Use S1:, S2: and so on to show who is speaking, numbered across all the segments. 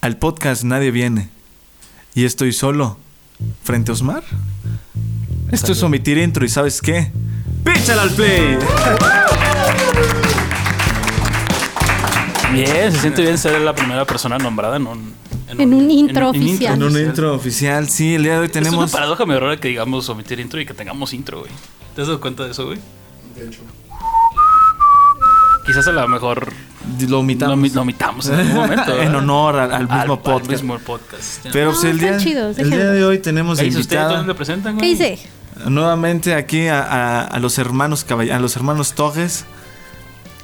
S1: Al podcast nadie viene. Y estoy solo. Frente a Osmar. Esto es omitir intro y ¿sabes qué? ¡Píchala al play!
S2: Bien, se siente bien ser la primera persona nombrada en un...
S3: En un intro oficial.
S1: en un intro oficial, sí, el día de hoy
S2: Es una
S1: tenemos...
S2: paradoja medio rara que digamos omitir intro y que tengamos intro, güey. ¿Te has dado cuenta de eso, güey? Quizás a lo mejor
S1: Lo
S2: lo,
S1: omitamos.
S2: omi- lo omitamos en algún momento. ¿verdad?
S1: en honor al, al mismo
S2: Al- al
S1: podcast.
S2: mismo podcast.
S1: Pero pues,
S3: No,
S1: el, día,
S3: están chidos,
S1: el día
S3: déjenlos.
S1: de hoy tenemos de
S2: Ahí, si ustedes
S1: invitada
S2: dónde lo presentan,
S3: ¿Qué
S2: güey?
S3: hice?
S1: nuevamente aquí a, a- a los hermanos caball- a los hermanos Toges.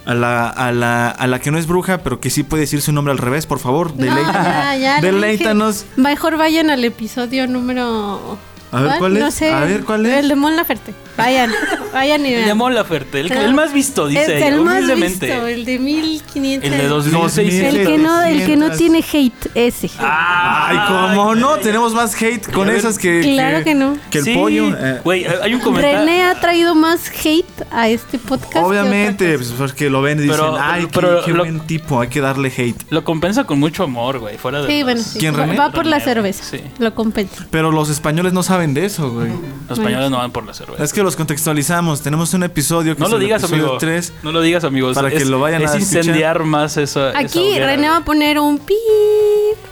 S1: A la, a, la, a la que no es bruja, pero que sí puede decir su nombre al revés, por favor. deleita-
S3: No, Ah, ya, ya, le
S1: deleítanos.
S3: dije. Mejor vayan al episodio número.
S1: A ver, ¿cuál
S3: No
S1: es?
S3: sé.
S1: A ver, ¿cuál es?
S3: El de Mon Laferte. Vayan, vayan y
S2: Le
S3: vean.
S2: llamó la Ferte, el, el más visto, dice
S3: Es
S2: ella,
S3: el más
S2: humildemente.
S3: visto, el de 1500.
S2: El de
S3: El
S2: 2600.
S3: que no, el que no
S1: 700.
S3: tiene hate, ese.
S2: Ah,
S1: Ay, como no, tenemos más hate con
S2: Ya ven.
S1: esas que.
S3: Claro que no.
S1: Que el
S2: Sí,
S1: pollo. eh,
S2: Güey, hay un comentario.
S3: René ha traído más hate a este podcast. que otra
S1: obviamente,
S3: cosa.
S1: pues porque lo ven y dicen,
S2: Pero-
S1: ay, qué-
S2: pero
S1: qué,
S2: lo-
S1: buen tipo, hay que darle hate.
S2: Lo compensa con mucho amor, güey. Fuera de.
S3: Sí,
S2: los-
S3: bueno, sí.
S1: pues, ¿Quién,
S3: Va-
S1: René?
S3: Va por la
S2: René,
S3: cerveza.
S2: sí.
S3: Lo compensa.
S1: Pero los españoles no saben de eso, güey.
S2: Los españoles no van por la cerveza.
S1: Es que los contextualizamos. Tenemos un episodio que
S2: No
S1: es
S2: lo
S1: el
S2: digas,
S1: episodio
S2: amigo.
S1: 3.
S2: No lo digas, amigos.
S1: Para que
S2: Es-
S1: lo vayan
S2: es
S1: a escuchar.
S2: incendiar más eso.
S3: Aquí René va a poner un pip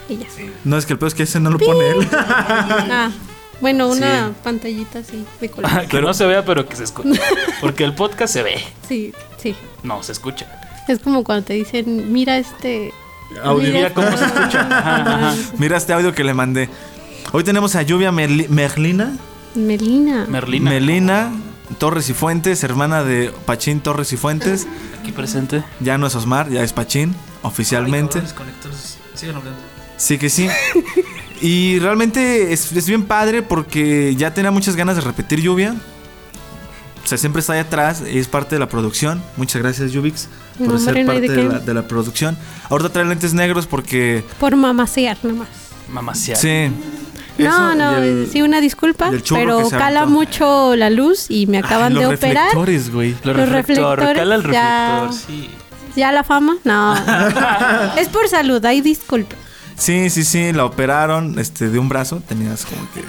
S3: y ya.
S1: No, es que el peor es que ese no lo pone él.
S3: Ah, bueno, una pantallita así de color.
S2: Ah, que
S1: Pero-
S2: no se vea, pero que se escuche. Porque el podcast se ve.
S3: Sí, sí.
S2: No, se escucha.
S3: Es como cuando te dicen, mira este.
S1: Audio.
S2: Mira cómo se
S3: escucha.
S1: Mira este audio que le mandé. Hoy tenemos a Lluvia Merli- Merlina.
S3: Melina.
S2: Merlina,
S1: Melina Torres y Fuentes, hermana de Pachín Torres y Fuentes.
S2: aquí presente.
S1: Ya no es Osmar, ya es Pachín, oficialmente.
S2: Sigan hablando.
S1: Sí que sí. Y realmente es, es bien padre porque ya tenía muchas ganas de repetir lluvia. O sea, siempre está ahí atrás y es parte de la producción. Muchas gracias, Yubix, por
S3: No,
S1: ser
S3: hombre, no hay
S1: parte
S3: de
S1: de,
S3: qué.
S1: la, de la producción. Ahorita trae lentes negros porque.
S3: Por mamasear nomás.
S2: Mamaciar.
S1: Sí.
S3: No,
S1: Eso y
S3: no,
S1: el-
S3: sí, una disculpa,
S1: y el churro que
S3: pero
S1: se
S3: cala
S1: aventó.
S3: mucho la luz y me acaban
S1: Ay,
S3: de
S1: los
S3: operar.
S1: reflectores, güey.
S2: Los
S3: Los
S2: reflector,
S3: reflectores
S2: cala el
S3: ya-
S2: reflector, sí.
S3: ¿Ya la fama? No. es por salud, hay disculpa.
S1: Sí, sí, sí, la operaron este, de un brazo. Tenías como que.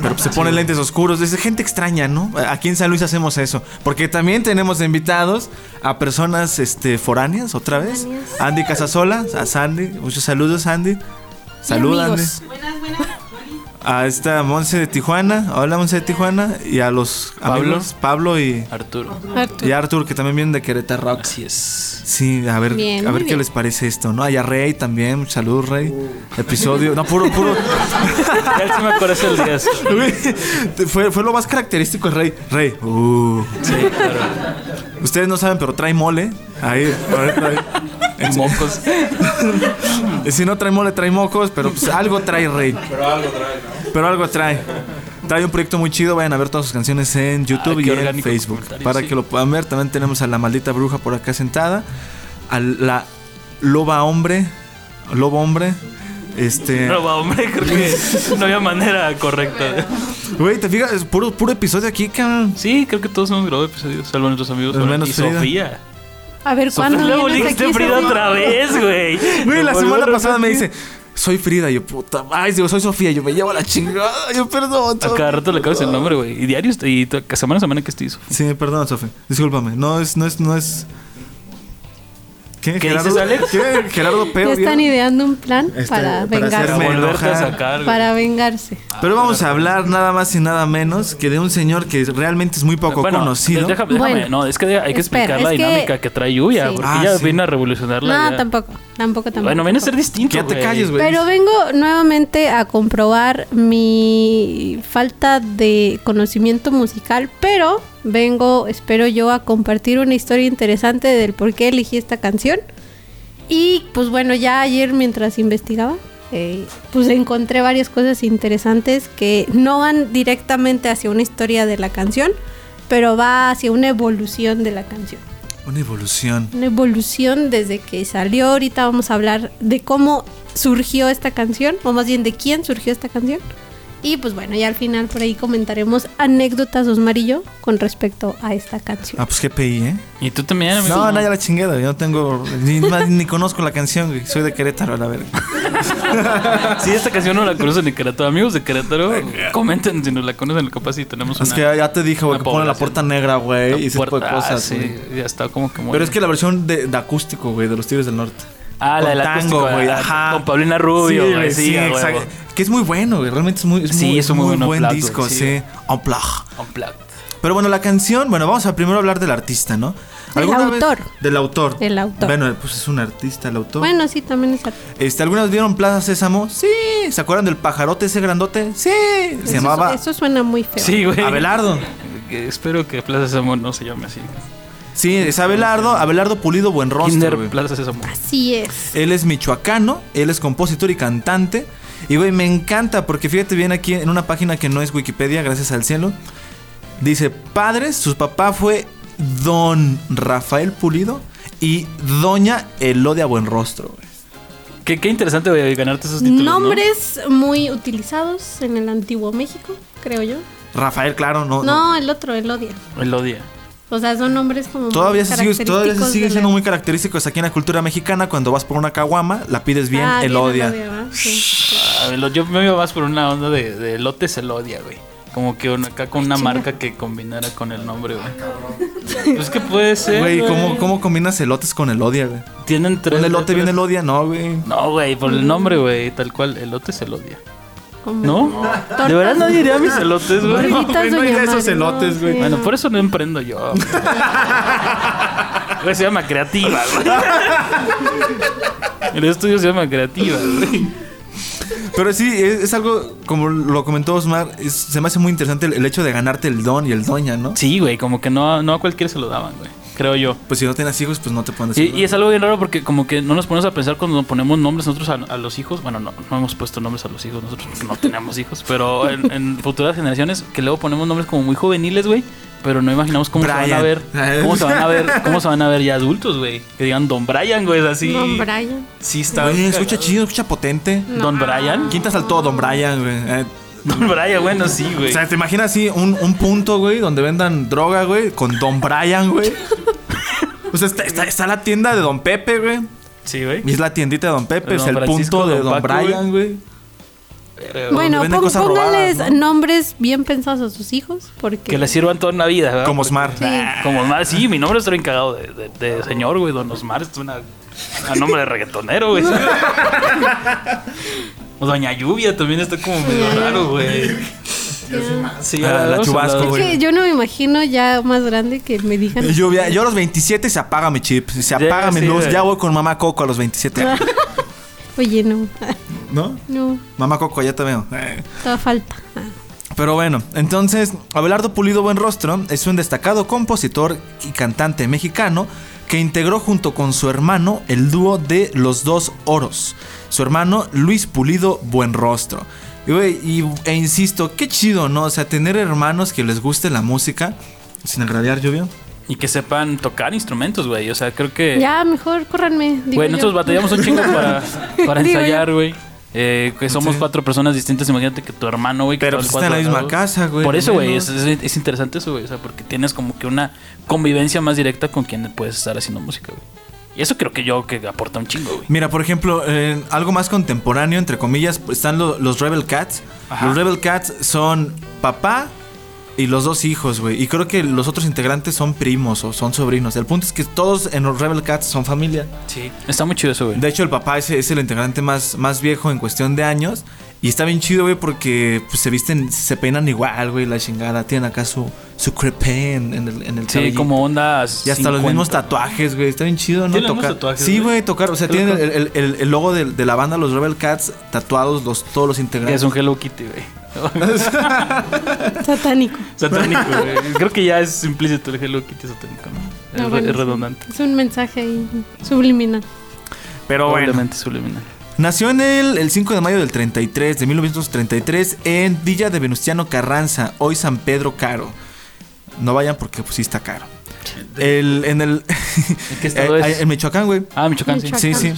S1: Pero se ponen lentes oscuros. Es gente extraña, ¿no? Aquí en San Luis hacemos eso. Porque también tenemos de invitados a personas este, foráneas, otra vez. Andy Casasola, a Sandy. Muchos saludos, Andy. Saludos, Andy.
S3: amigos.
S1: A esta Monse de Tijuana. Hola, Monse de Tijuana. Y a los
S2: Pablo.
S1: amigos Pablo y,
S2: Arturo.
S3: Arturo.
S1: y Arthur, que también vienen de Querétaro Rock.
S2: Así es.
S1: Sí, a ver,
S3: Bien,
S1: a
S3: muy
S1: ver qué
S3: bien.
S1: les parece esto, ¿no? Hay a Rey también, saludos Rey. Episodio, no, puro, puro.
S2: Ya se me acuerdo el día.
S1: Güey, fue, fue lo más característico de Rey. Rey, uh.
S2: Sí, claro.
S1: ustedes no saben, pero trae mole. Ahí, ahí,
S2: En mocos.
S1: ahí. Si no trae mole, trae mocos, pero pues, algo trae Rey. Pero algo trae, Pero algo trae. Trae un proyecto muy chido, vayan a ver todas sus canciones en YouTube y
S2: qué
S1: en
S2: orgánico tu
S1: Facebook.
S2: comentario,
S1: Para
S2: sí.
S1: que lo puedan ver, también tenemos a la maldita bruja por acá sentada, a la loba hombre, lobo hombre, este...
S2: No, va, hombre, creo que no había manera correcta.
S1: Güey, te fijas, es puro, puro episodio aquí, cabrón.
S2: Sí, creo que todos hemos grabado episodios, salvo nuestros amigos.
S1: Al menos
S2: y
S1: Frida.
S2: Sofía.
S3: A ver,
S2: Sofía,
S3: ¿cuándo
S2: luego
S3: vienes
S2: dijiste
S3: aquí,
S2: Frida
S3: Sofía?
S2: otra vez, güey.
S1: Güey,
S2: Me
S1: la
S2: volvió
S1: semana
S2: loco.
S1: pasada me dice, soy Frida, yo puta, ay, digo, soy Sofía, yo me llevo a la chingada, yo perdón,
S2: A
S1: Sofía.
S2: cada rato le cambias el nombre, güey. Y diario, está- y to- semana a semana que estoy. Sofía.
S1: Sí, perdón, Sofía, discúlpame, no es, no es, no es... ¿Qué?
S2: ¿Qué dices, Alex?
S1: ¿Qué? Gerardo
S3: Ya
S1: Peo.
S3: están ideando un plan
S1: Este,
S3: para
S1: para
S2: Para
S1: hacerme-
S3: vengarse.
S2: volverte
S1: enojar.
S2: a sacar, güey.
S3: Para vengarse.
S1: Pero vamos a hablar nada más y nada menos que de un señor que realmente es muy poco
S2: Bueno,
S1: conocido.
S2: déjame, déjame.
S3: Bueno.
S2: no, es que hay que
S3: Espera,
S2: explicar la
S3: es que-
S2: dinámica que, trae Lluvia,
S3: Sí.
S2: porque
S1: Ah,
S2: ella
S1: sí.
S2: viene a revolucionarla.
S3: No,
S2: ya.
S3: tampoco, tampoco, tampoco.
S2: Bueno, viene a ser distinto.
S1: Que ya te
S2: güey.
S1: calles, güey.
S3: Pero vengo nuevamente a comprobar mi falta de conocimiento musical, pero vengo, espero yo, a compartir una historia interesante del por qué elegí esta canción. Y pues bueno, ya ayer mientras investigaba, eh, pues encontré varias cosas interesantes que no van directamente hacia una historia de la canción, pero va hacia una evolución de la canción
S1: Una evolución.
S3: una evolución desde que salió. Ahorita vamos a hablar de cómo surgió esta canción, o más bien de quién surgió esta canción. Y pues bueno, ya al final por ahí comentaremos anécdotas Osmar y yo con respecto a esta canción.
S1: Ah, pues GPI, ¿eh?
S2: Y tú también, amigo.
S1: No, no, ya la chingueda, yo no tengo, ni, más, ni conozco la canción, güey, soy de Querétaro, a la verga.
S2: Si esta canción no la conocen en Querétaro, amigos de Querétaro, comenten si nos la conocen, capaz si tenemos
S1: Es
S2: una-
S1: que ya te dije, güey,
S2: una
S1: que ponen la
S2: población.
S1: puerta negra, güey, y ese tipo de
S2: Puerta, ah,
S1: cosas,
S2: sí,
S1: güey.
S2: ya está como que muy...
S1: Pero es que la versión de, de acústico, güey, de los Tigres del Norte.
S2: Ah, la
S1: Con
S2: del acústico,
S1: güey,
S2: la-
S1: ajá.
S2: con Paulina Rubio,
S1: sí,
S2: güey,
S1: güey,
S2: sí,
S1: sí,
S2: a huevo.
S1: exacto. Que es muy bueno, güey, realmente es muy, es
S2: Sí,
S1: muy,
S2: es un muy
S1: muy
S2: buen
S1: buen
S2: unplugged,
S1: disco,
S2: güey, sí.
S1: sí. Unplugged.
S2: Unplugged.
S1: Pero bueno, la canción, bueno, vamos a primero hablar del artista, ¿no?
S3: Del
S1: ¿Alguna vez-
S3: autor.
S1: Del autor.
S3: Del autor.
S1: Bueno, pues es un artista el autor.
S3: Bueno, sí, también es arte.
S1: Este, ¿alguna vez vieron Plaza Sésamo? Sí. ¿Se acuerdan del pajarote ese grandote? Sí. Se
S3: Eso-
S1: llamaba
S3: Eso suena muy feo.
S2: Sí, güey.
S1: Abelardo.
S2: Que Espero que Plaza Sésamo no se llame así.
S1: Sí, es Abelardo, Abelardo Pulido Buenrostro.
S2: Kinder
S1: güey.
S2: Plaza Sésamo.
S3: Así es.
S1: Él es michoacano, él es compositor y cantante. Y güey, me encanta porque fíjate bien aquí en una página que no es Wikipedia, gracias al cielo. Dice, padres, su papá fue don Rafael Pulido y doña Elodia Buenrostro. güey.
S2: Qué, qué interesante güey, ganarte esos títulos, ¿no?
S3: Nombres muy utilizados en el antiguo México, creo yo.
S1: Rafael, claro, no. Oh, no.
S3: No, el otro, el odia.
S2: Melodia.
S3: O sea, son nombres como. muy
S1: Todavía se sigue, todavía se
S3: característicos
S1: sigue
S3: de
S1: siendo
S3: la-
S1: muy característicos aquí en la cultura mexicana. Cuando vas por una caguama, la pides bien,
S3: Ah,
S1: Elodia.
S3: ¿verdad? Sí.
S2: Ah, lo- yo me iba más por una onda de, de elotes Elodia, güey. Como que una- acá con una marca que combinara con el nombre, güey. Pues que puede ser.
S1: Güey,
S2: Güey,
S1: ¿cómo, ¿cómo combinas elotes con Elodia, güey?
S2: Tienen tres.
S1: Un elote bien
S2: letras.
S1: Elodia, no, güey.
S2: No, güey, por el nombre, güey. Tal cual, elotes Elodia.
S3: Como-
S2: ¿No? De verdad nadie diría mis elotes, güey.
S3: Gorditas
S1: güey, no
S3: Doña
S1: diga esos
S3: María,
S1: elotes, güey.
S3: sí.
S2: Bueno, por eso no emprendo yo. güey. Güey, se llama creativa, güey. El estudio se llama creativa, güey.
S1: Pero sí, es, es algo, como lo comentó Osmar, es- se me hace muy interesante el, el hecho de ganarte el don y el doña, ¿no?
S2: Sí, güey, como que no, no a cualquiera se lo daban, güey. Creo yo.
S1: Pues si no tienes hijos, pues no te pueden
S2: Y,
S1: decir.
S2: y es algo bien raro porque como que no nos ponemos a pensar cuando ponemos nombres nosotros a, a los hijos. Bueno, no, no hemos puesto nombres a los hijos nosotros porque no tenemos hijos. Pero en, en futuras generaciones que luego ponemos nombres como muy juveniles, güey. Pero no imaginamos cómo se van a
S1: Brian.
S2: ver. Cómo se van a ver, cómo se van a ver ya adultos, güey. Que digan Don Brian, güey, es así.
S3: Don Brian.
S2: Sí, está.
S1: Güey,
S2: bien
S1: escucha
S2: cagado.
S1: chido, escucha potente.
S2: Don Brian.
S1: ¿Quién te saltó, don Brian, güey? Eh,
S2: Don Brian, bueno, sí,
S1: o
S2: güey.
S1: sea, te imaginas así un, un punto, güey, donde vendan droga, güey, con don Brian, güey. O sea, está, está- está la tienda de don Pepe, güey.
S2: Sí, güey.
S1: Y es la tiendita de don Pepe,
S2: Don
S1: es el
S2: Francisco,
S1: punto de
S2: don
S1: don
S2: Paco,
S1: Brian, güey.
S3: Bueno,
S1: venden
S3: pon-
S1: cosas
S3: pónganles
S1: robadas, ¿no?
S3: nombres bien pensados a sus hijos, porque.
S2: Que le sirvan toda una vida, ¿verdad?
S1: Como Osmar.
S2: Ah, Como Osmar, sí, mi nombre está bien cagado de, de- de señor, güey. Don Osmar es una, un nombre de reggaetonero, güey. O Doña Lluvia también está como medio raro, güey. Sí,
S1: Ah, la
S2: hemos
S1: Chubasco,
S2: hablado.
S1: güey.
S3: Que yo no me imagino ya más grande que me digan.
S1: Yo, yo a los 27 se apaga mi chip, se apaga mi
S2: sí,
S1: luz.
S2: güey.
S1: Ya voy con mamá Coco a los 27.
S3: Oye, no.
S1: ¿No?
S3: No,
S1: Mamá Coco, ya te veo. Eh.
S3: toda falta. Ah.
S1: Pero bueno, entonces, Abelardo Pulido Buenrostro es un destacado compositor y cantante mexicano que integró junto con su hermano el dúo de Los Dos Oros, su hermano Luis Pulido Buenrostro. Y, güey, y- e insisto, qué chido, ¿no? O sea, tener hermanos que les guste la música, sin agraviar lluvia.
S2: Y que sepan tocar instrumentos, güey. O sea, creo que.
S3: Ya, mejor córranme. digo
S2: Eh. Güey,
S3: yo.
S2: nosotros batallamos un chingo para, para
S3: Digo yo.
S2: ensayar, güey. Eh, que somos
S1: Sí.
S2: cuatro personas distintas, imagínate que tu hermano, güey, que
S1: Pero
S2: estaba
S1: pues está en
S2: cuatro
S1: la
S2: al
S1: misma
S2: lado.
S1: casa, güey,
S2: Por eso,
S1: al
S2: güey,
S1: menos.
S2: es, es- es interesante eso, güey. O sea, porque tienes como que una convivencia más directa con quien puedes estar haciendo música, güey. Y eso creo que yo que aporta un chingo, güey.
S1: Mira, por ejemplo, en algo más contemporáneo, entre comillas, están lo- los Rebel Cats.
S2: Ajá.
S1: Los Rebel Cats son papá y los dos hijos, güey. Y creo que los otros integrantes son primos o son sobrinos. El punto es que todos en los Rebel Cats son familia.
S2: Sí. Está muy chido eso, güey.
S1: De hecho, el papá es, es el integrante más, más viejo en cuestión de años. Y está bien chido, güey, porque pues, se visten, se peinan igual, güey, la chingada. Tienen acá su, su crepe en, en el, en el
S2: Sí,
S1: cabellito.
S2: como ondas.
S1: Y hasta los
S2: 50.
S1: mismos tatuajes, güey. Está bien chido, ¿no?
S2: Tienen los
S1: Tocar.
S2: tatuajes,
S1: sí,
S2: güey.
S1: güey, tocar. O sea,
S2: Qué
S1: tienen
S2: loco.
S1: el, el- el- el logo de, de la banda, los Rebel Cats, tatuados los, todos los
S2: Que es
S1: integrantes.
S2: un Hello Kitty, güey.
S3: Satánico.
S2: satánico, güey. Creo que ya es implícito el Hello Kitty satánico, ¿no? Es,
S3: No,
S2: re-
S3: bueno,
S2: es
S3: sí.
S2: redundante.
S3: Es un mensaje ahí subliminal.
S1: Pero
S2: Probablemente subliminal.
S1: Nació en el, el 5 de mayo del 33, de 1933, en Villa de Venustiano Carranza, hoy San Pedro Caro. No vayan porque pues sí está caro. El, en el...
S2: ¿En qué estado
S1: eh,
S2: es?
S1: En Michoacán, güey.
S2: Ah, Michoacán, sí.
S1: Sí, sí.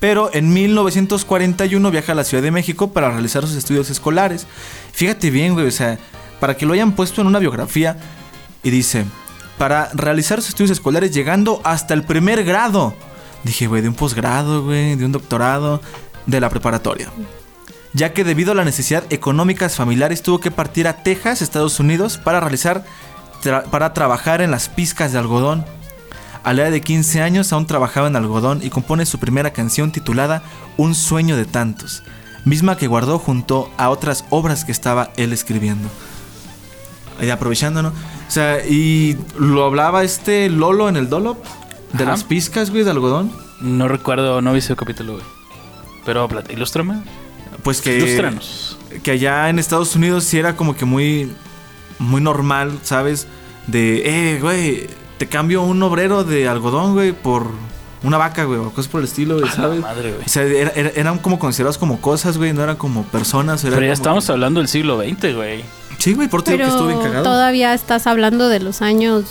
S1: Pero en 1941 viaja a la Ciudad de México para realizar sus estudios escolares. Fíjate bien, güey, o sea, para que lo hayan puesto en una biografía y dice, para realizar sus estudios escolares llegando hasta el primer grado. Dije, güey, de un posgrado, güey, de un doctorado. de la preparatoria, ya que debido a la necesidad económicas familiares tuvo que partir a Texas, Estados Unidos, para realizar tra- para trabajar en las pizcas de algodón. A la edad de 15 años aún trabajaba en algodón y compone su primera canción titulada Un sueño de tantos, misma que guardó junto a otras obras que estaba él escribiendo. Y aprovechando, ¿no? O sea, y lo hablaba este Lolo en el Dolop de
S2: Ajá.
S1: las pizcas, güey, de algodón.
S2: No recuerdo, no vi ese capítulo, güey. Pero, plat- ilústrame.
S1: Pues que
S2: Ilústranos.
S1: que allá en Estados Unidos sí era como que muy muy normal, ¿sabes? De, eh, güey, te cambio un obrero de algodón, güey, por una vaca, güey, o cosas por el estilo, güey,
S2: A la
S1: ¿sabes?
S2: madre, güey.
S1: O sea, era- era- eran como considerados como cosas, güey, no eran como personas. Era
S2: Pero
S1: como
S2: ya estamos
S1: que-
S2: hablando del siglo XX, güey.
S1: Sí, güey, por ti que
S3: Pero
S1: estuve cagado.
S3: todavía estás hablando de los años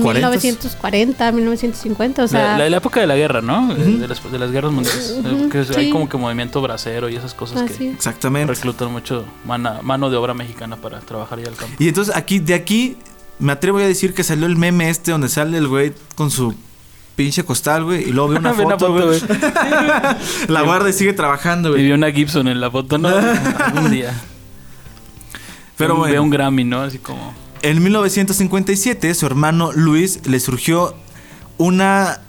S1: 40s.
S3: 1940, 1950, o sea,
S2: la, la- la época de la guerra, ¿no? Eh, de, las, de las guerras mundiales. Eh,
S3: Ujú,
S2: Que es- Hay
S3: sí.
S2: como que movimiento bracero y esas cosas
S3: así
S2: que
S3: es.
S1: Exactamente.
S2: reclutan mucho mana- mano de obra mexicana para trabajar ya al campo.
S1: Y entonces aquí, de aquí, me atrevo a decir que salió el meme este donde sale el güey con su pinche costal, güey, y luego ve una
S2: Ve una
S1: foto,
S2: foto,
S1: güey.
S2: güey.
S1: La guarda y sigue trabajando,
S2: Y
S1: güey.
S2: vi una Gibson en la foto, ¿no? Algún día.
S1: Pero
S2: Un-
S1: bueno.
S2: Ve un Grammy, ¿no? Así como.
S1: En 1957, su hermano Luis le surgió una.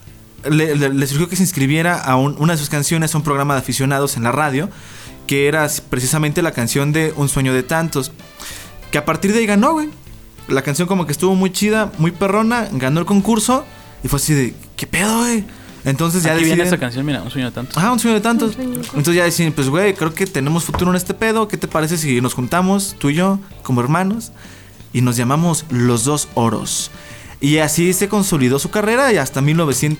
S1: Le, le- le surgió que se inscribiera a un- una de sus canciones a un programa de aficionados en la radio, que era precisamente la canción de Un sueño de tantos. Que a partir de ahí ganó, güey. La canción, como que estuvo muy chida, muy perrona, ganó el concurso y fue así de: ¿Qué pedo, güey? Entonces ya
S2: aquí viene
S1: deciden-
S2: esa canción, mira, un sueño tanto.
S1: Ah, un sueño de tantos.
S3: Un sueño de tantos.
S1: Entonces ya decían, pues güey, creo que tenemos futuro en este pedo. ¿Qué te parece si nos juntamos, tú y yo, como hermanos? Y nos llamamos los dos oros. Y así se consolidó su carrera y hasta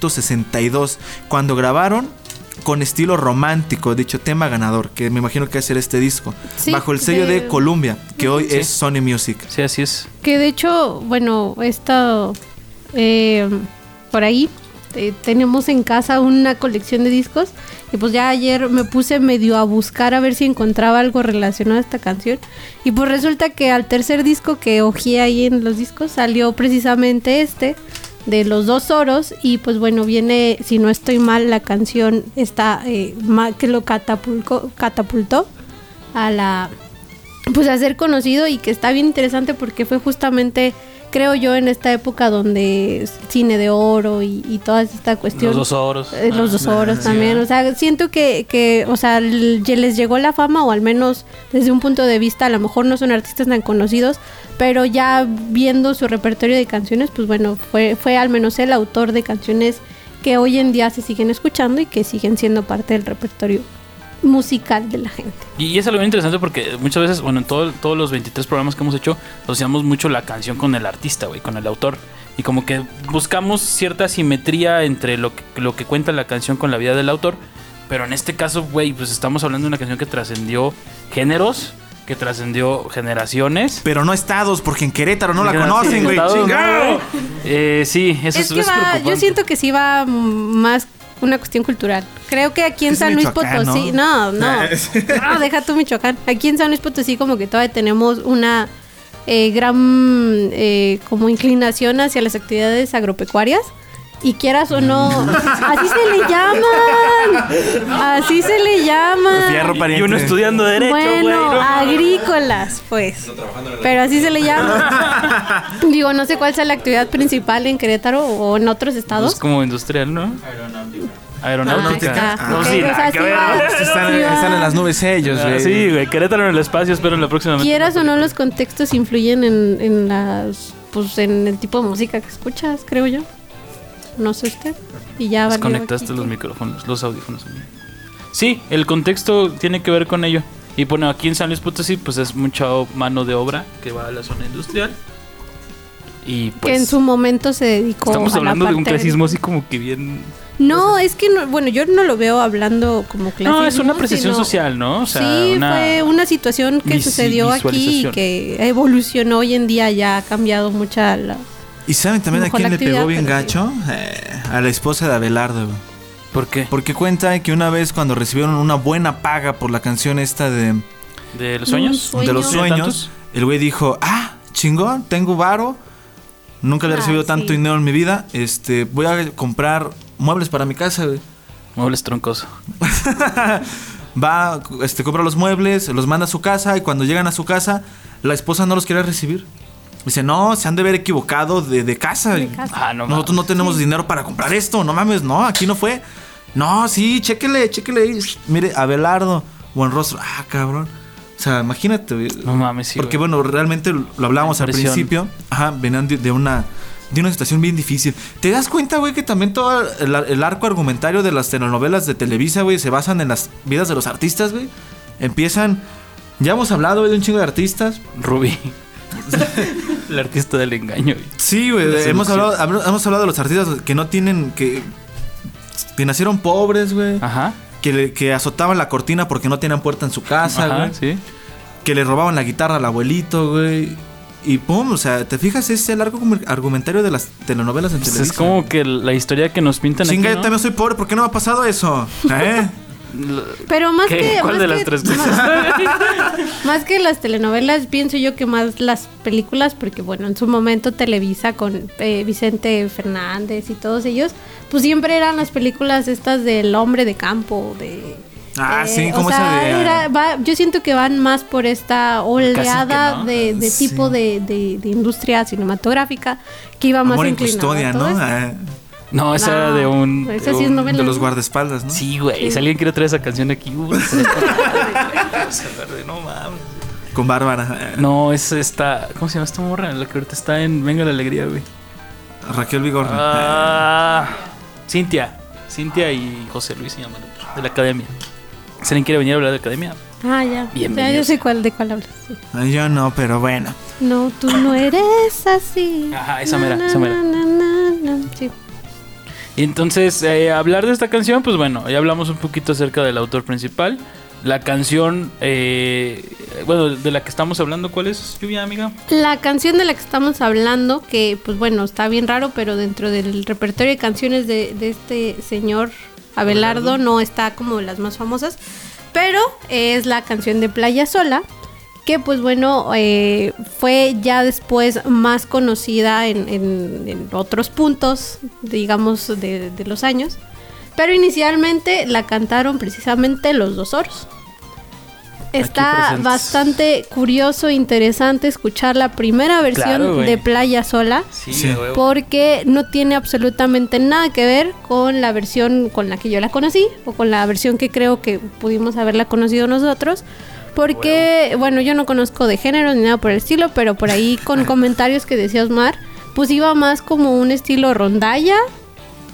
S1: 1962, cuando grabaron con estilo romántico, dicho tema ganador, que me imagino que va a ser este disco,
S3: Sí,
S1: bajo el sello de,
S3: de-
S1: Columbia, que hoy
S2: Sí.
S1: es Sony Music.
S2: Sí, así es.
S3: Que de hecho, bueno, esta eh, por ahí eh, tenemos en casa una colección de discos y pues ya ayer me puse medio a buscar a ver si encontraba algo relacionado a esta canción y pues resulta que al tercer disco que hojeé ahí en los discos salió precisamente este de los dos oros y pues bueno viene si no estoy mal la canción está eh, ma- que lo catapulcó- catapultó a la pues a ser conocido y que está bien interesante porque fue justamente creo yo en esta época donde es cine de oro y, y toda esta cuestión
S2: Los dos oros.
S3: Eh, los dos oros
S2: Ah,
S3: también o sea siento que, que o sea l- ya les llegó la fama o al menos desde un punto de vista a lo mejor no son artistas tan conocidos pero ya viendo su repertorio de canciones pues bueno fue fue al menos el autor de canciones que hoy en día se siguen escuchando y que siguen siendo parte del repertorio musical de la gente
S2: Y, y es algo bien interesante porque muchas veces, bueno, en todo- todos los 23 programas que hemos hecho, asociamos mucho la canción con el artista, güey, con el autor. Y como que buscamos cierta simetría entre lo que, lo que cuenta la canción con la vida del autor. Pero en este caso, güey, pues estamos hablando de una canción que trascendió géneros, que trascendió generaciones.
S1: Pero no estados, porque en Querétaro no la
S2: Generaciones,
S1: conocen, güey.
S2: estados,
S1: ¡Chingado!
S2: ¿no, güey? Eh, sí, eso es,
S3: es que
S2: es
S3: va, yo
S2: preocupante.
S3: siento que sí va mm, más una cuestión cultural. Creo que aquí en
S1: Es
S3: San Luis
S1: Michoacán,
S3: Potosí,
S1: ¿no?
S3: no, no, no, deja tú Michoacán. Aquí en San Luis Potosí como que todavía tenemos una eh, gran eh, como inclinación hacia las actividades agropecuarias. Y quieras o no,
S1: Mm.
S3: así se le llaman. Así se le
S1: Fierro,
S3: llaman.
S2: Y uno estudiando derecho, güey.
S3: Bueno, ah,
S2: ¿no?
S3: agrícolas, pues. Pero así se le llama. Digo, no sé cuál sea la actividad principal en Querétaro o en otros
S2: Es
S3: estados.
S2: como industrial, ¿no? Aeronáutica.
S1: Aeronáutica.
S2: Aeronáutica.
S1: Ah,
S2: No,
S1: ok,
S2: sí,
S3: o sea,
S2: nada
S3: sí
S2: que ver,
S3: va.
S2: ¿no?
S1: Están, están en las nubes ellos,
S2: Ah,
S1: güey.
S2: sí, güey, Querétaro en el espacio, espero en la próxima.
S3: Quieras o no, los contextos influyen en, en las, pues, en el tipo de música que escuchas, creo yo. No sé usted. Y ya valió
S2: Desconectaste
S3: aquí.
S2: los micrófonos, los audífonos. Sí, el contexto tiene que ver con ello. Y bueno, aquí en San Luis Potosí, pues es mucha o- mano de obra que va a la zona industrial. Y
S3: Que
S2: pues.
S3: en su momento se dedicó.
S2: estamos
S3: a la
S2: hablando de un
S3: parte
S2: clasismo así como que bien.
S3: No, es que, no- bueno, yo no lo veo hablando como clasismo.
S2: No, es una apreciación
S3: sino-
S2: social, ¿no? O sea,
S3: sí,
S2: una.
S3: fue una situación que
S2: visi-
S3: sucedió aquí y
S2: visualización.
S3: que evolucionó hoy en día, ya ha cambiado mucha la...
S1: ¿Y saben también a
S3: Mejor
S1: quién
S3: la
S1: le pegó
S3: actividad,
S1: bien
S3: pero
S1: gacho? Eh, a la esposa de Abelardo. güey.
S2: ¿Por qué?
S1: Porque cuenta que una vez cuando recibieron una buena paga por la canción esta de,
S2: ¿De los sueños?
S3: Sueños.
S1: de los
S2: ¿De
S1: sueños,
S2: tantos?
S1: el güey dijo, ah, chingón, tengo varo, nunca había
S3: Ah,
S1: recibido tanto
S3: sí.
S1: dinero en mi vida, este, voy a comprar muebles para mi casa, güey.
S2: Muebles troncoso.
S1: va, este, compra los muebles, los manda a su casa y cuando llegan a su casa, la esposa no los quiere recibir. Dice, no, se han de ver equivocado de, de casa.
S3: De casa.
S2: Ah, no
S1: Nosotros no
S2: mames.
S1: tenemos dinero para comprar esto, no mames, no, aquí no fue. No, sí, chéquele, chéquele. ahí. Mire, Abelardo, buen rostro. Ah, cabrón. O sea, imagínate. güey.
S2: No mames, sí,
S1: Porque
S2: güey.
S1: bueno, realmente lo hablábamos al
S2: Presión.
S1: principio. Ajá, venían de, de una de una situación bien difícil. ¿Te das cuenta, güey, que también todo el, el arco argumentario de las telenovelas de Televisa, güey, se basan en las vidas de los artistas, güey? Empiezan. Ya hemos hablado güey, de un chingo de artistas.
S2: Ruby. el artista del engaño. güey.
S1: Sí, güey,
S2: La
S1: hemos hablado,
S2: seducción.
S1: habl- hemos hablado de los artistas que no tienen, que, que nacieron pobres, güey.
S2: Ajá.
S1: Que, le- que azotaban la cortina porque no tenían puerta en su casa,
S2: Ajá,
S1: güey.
S2: sí.
S1: Que le robaban la guitarra al abuelito, güey. Y pum, o sea, ¿te fijas? Es el arco como- argumentario de las telenovelas en
S2: Pues
S1: televisión.
S2: es como que la historia que nos pintan aquí,
S1: Chinga, yo
S2: ¿no?
S1: también soy pobre, ¿por qué no me ha pasado eso? ¿Eh?
S3: Pero más
S2: ¿Qué?
S3: que.
S2: ¿Cuál
S3: más
S2: de
S3: que-
S2: las tres
S3: más-
S2: cosas?
S3: Más que las telenovelas, pienso yo que más las películas, porque bueno, en su momento Televisa con eh, Vicente Fernández y todos ellos, pues siempre eran las películas estas del hombre de campo, de...
S1: Ah,
S3: eh,
S1: sí,
S3: o
S1: como
S3: sea,
S1: esa de-
S3: era- va- yo siento que van más por esta oleada
S2: ¿no?
S3: de, de
S1: Sí.
S3: tipo de, de- de industria cinematográfica que iba más
S1: Amor en
S3: inclinada a
S1: custodia,
S3: todo
S1: ¿no?
S3: esto.
S1: Eh,
S2: No, esa era de un.
S3: Esa sí
S2: de
S3: es
S2: un-
S3: novela.
S1: de los guardaespaldas, ¿no?
S2: Sí, güey. Si alguien quiere traer esa canción aquí, güey.
S1: Con Bárbara. eh,
S2: No, es esta. ¿Cómo se llama esta morra? La que ahorita está en Venga la Alegría, güey.
S1: Raquel Vigorra.
S2: Ah, Cintia. Cintia y José Luis se llaman el otro, de la academia. Si alguien quiere venir a hablar de la academia,
S3: Ah, ya. Ya, yo
S2: Bienvenidos.
S3: sé cuál, de cuál hablas. sí.
S1: Eh, Yo no, pero bueno.
S3: No, tú no eres así.
S2: Ajá, esa mera,
S3: Na,
S2: esa mera.
S3: na, na, na, na. Sí.
S2: Y entonces, eh, hablar de esta canción, pues bueno, ya hablamos un poquito acerca del autor principal. La canción, eh, bueno, de la que estamos hablando, ¿cuál es, Lluvia, amiga?
S3: La canción de la que estamos hablando, que pues bueno, está bien raro, pero dentro del repertorio de canciones de, de este señor Abelardo, no está como las más famosas, pero es la canción de Playa Sola, que pues bueno, eh, fue ya después más conocida en, en- en otros puntos, digamos, de, de los años, pero inicialmente la cantaron precisamente los dos oros. Está
S2: presentes.
S3: bastante curioso, e interesante escuchar la primera versión
S2: Claro, güey.
S3: de Playa Sola.
S1: Sí.
S2: de huevo.
S3: Porque no tiene absolutamente nada que ver con la versión con la que yo la conocí o con la versión que creo que pudimos haberla conocido nosotros. Porque, bueno, yo no conozco de género ni nada por el estilo, pero por ahí con comentarios que decía Osmar, pues iba más como un estilo rondalla,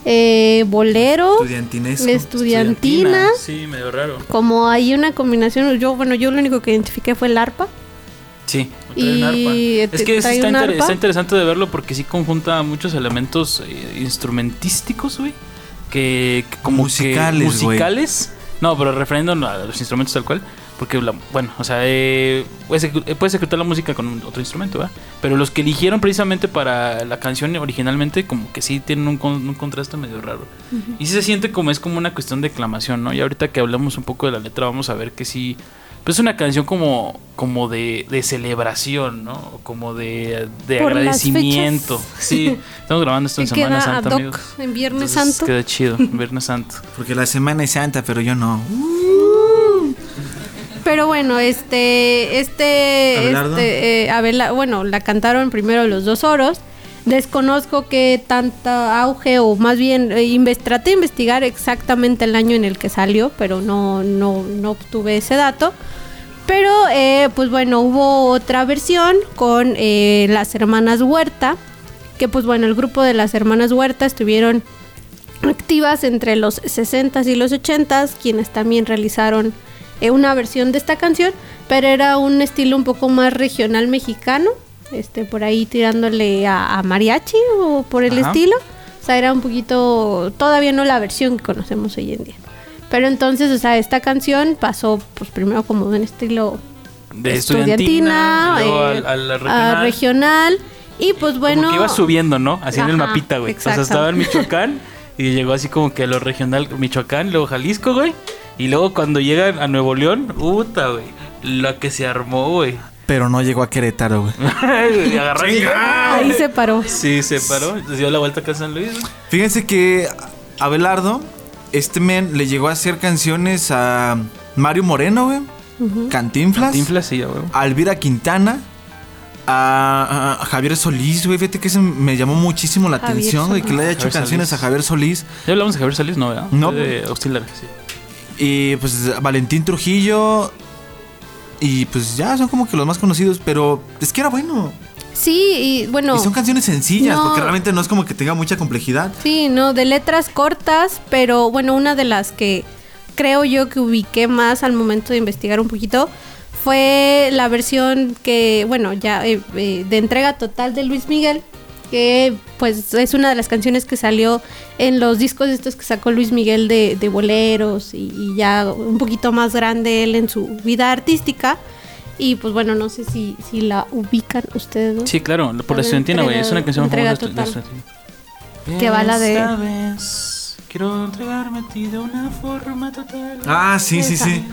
S3: eh, bolero,
S1: Estudiantinesco.
S3: estudiantina,
S2: Sí, medio raro.
S3: como hay una combinación. Yo, bueno, yo lo único que identifiqué fue el arpa.
S2: Sí,
S3: Y
S2: trae un arpa. Es que
S3: trae
S2: está,
S3: un
S2: inter-
S3: arpa.
S2: está interesante de verlo porque sí conjunta muchos elementos eh, instrumentísticos, güey. Que, que como que-
S1: Musicales, güey.
S2: musicales. No, pero refiriendo a los instrumentos tal cual. Porque, la- bueno, o sea, eh, puedes, ejecu- eh, puedes ejecutar la música con un- otro instrumento, ¿verdad? Pero los que eligieron precisamente para la canción originalmente, como que sí tienen un, con- un contraste medio raro. Y sí se siente como es como una cuestión de declamación, ¿no? Y ahorita que hablamos un poco de la letra, vamos a ver que sí. Pues es una canción como, como de, de celebración, ¿no? O Como de, de
S3: Por las
S2: agradecimiento.
S3: fechas.
S2: Sí, estamos grabando esto en
S3: que
S2: Semana
S3: queda ad
S2: Santa,
S3: hoc
S2: amigos.
S3: en Viernes
S2: Entonces,
S3: Santo.
S2: Queda chido, Viernes Santo.
S1: Porque la semana es santa, pero yo no.
S3: Pero bueno, este, este,
S1: ¿Abelardo?
S3: este, eh, Abela- bueno, la cantaron primero los dos oros. Desconozco que tanto auge o más bien eh, inves- traté de investigar exactamente el año en el que salió, pero no, no, no obtuve ese dato. Pero eh, pues bueno, hubo otra versión con eh, las hermanas Huerta, que pues bueno, el grupo de las hermanas Huerta estuvieron activas entre los 60s y los 80s, quienes también realizaron eh, una versión de esta canción, pero era un estilo un poco más regional mexicano, este, por ahí tirándole a, a mariachi o por el
S2: Ajá.
S3: estilo. O sea, era un poquito, todavía no la versión que conocemos hoy en día. Pero entonces, o sea, esta canción pasó pues primero como de un estilo
S2: De estudiantina, y luego
S3: eh,
S2: al- a la regional.
S3: a regional, y pues bueno...
S2: Como que iba subiendo, ¿no? Así en el
S3: Ajá,
S2: mapita, güey. O sea,
S3: exacto.
S2: estaba en Michoacán y llegó así como que a lo regional Michoacán, luego Jalisco, güey. Y luego cuando llegan a Nuevo León, puta, güey. La que se armó, güey.
S1: Pero no llegó a Querétaro, güey.
S2: Y Agarró y- "Ah,
S3: Ahí se paró.
S2: Sí, se paró. Se dio la vuelta acá a San Luis. güey.
S1: Fíjense que Abelardo, este men, le llegó a hacer canciones a Mario Moreno, güey. Cantinflas.
S2: Cantinflas, sí, a huevo.
S1: A Elvira Quintana. A, a- a Javier Solís, güey. Fíjate que ese me llamó muchísimo la
S3: Javier
S1: atención, güey. Que
S3: Solís.
S1: le haya hecho
S2: Javier
S1: canciones
S2: Solís.
S1: a Javier Solís.
S2: Ya hablamos de Javier Solís, ¿no? ¿verdad?
S1: No.
S2: De Auxiliar, sí.
S1: Y pues Valentín Trujillo. Y pues ya son como que los más conocidos. Pero es que era bueno.
S3: Sí, y bueno.
S1: Y son canciones sencillas.
S3: No.
S1: Porque realmente no es como que tenga mucha complejidad.
S3: Sí, no, de letras cortas, pero bueno, una de las que creo yo que ubiqué más al momento de investigar un poquito fue la versión que, bueno, ya eh, eh, de entrega total de Luis Miguel, que pues es una de las canciones que salió en los discos estos que sacó Luis Miguel de, de boleros y, y ya un poquito más grande él en su vida artística. Y pues bueno, no sé si, si la ubican ustedes. dos.
S2: Sí, claro, por
S3: La
S2: la
S3: de
S2: estudiantina, güey.
S3: entrega-
S2: Es una canción
S3: entrega
S2: famosa de la
S3: total.
S2: estudiantina.
S3: Que va la de-
S2: Esta vez quiero entregarme a ti de una forma total.
S1: Ah, sí, sí, sí.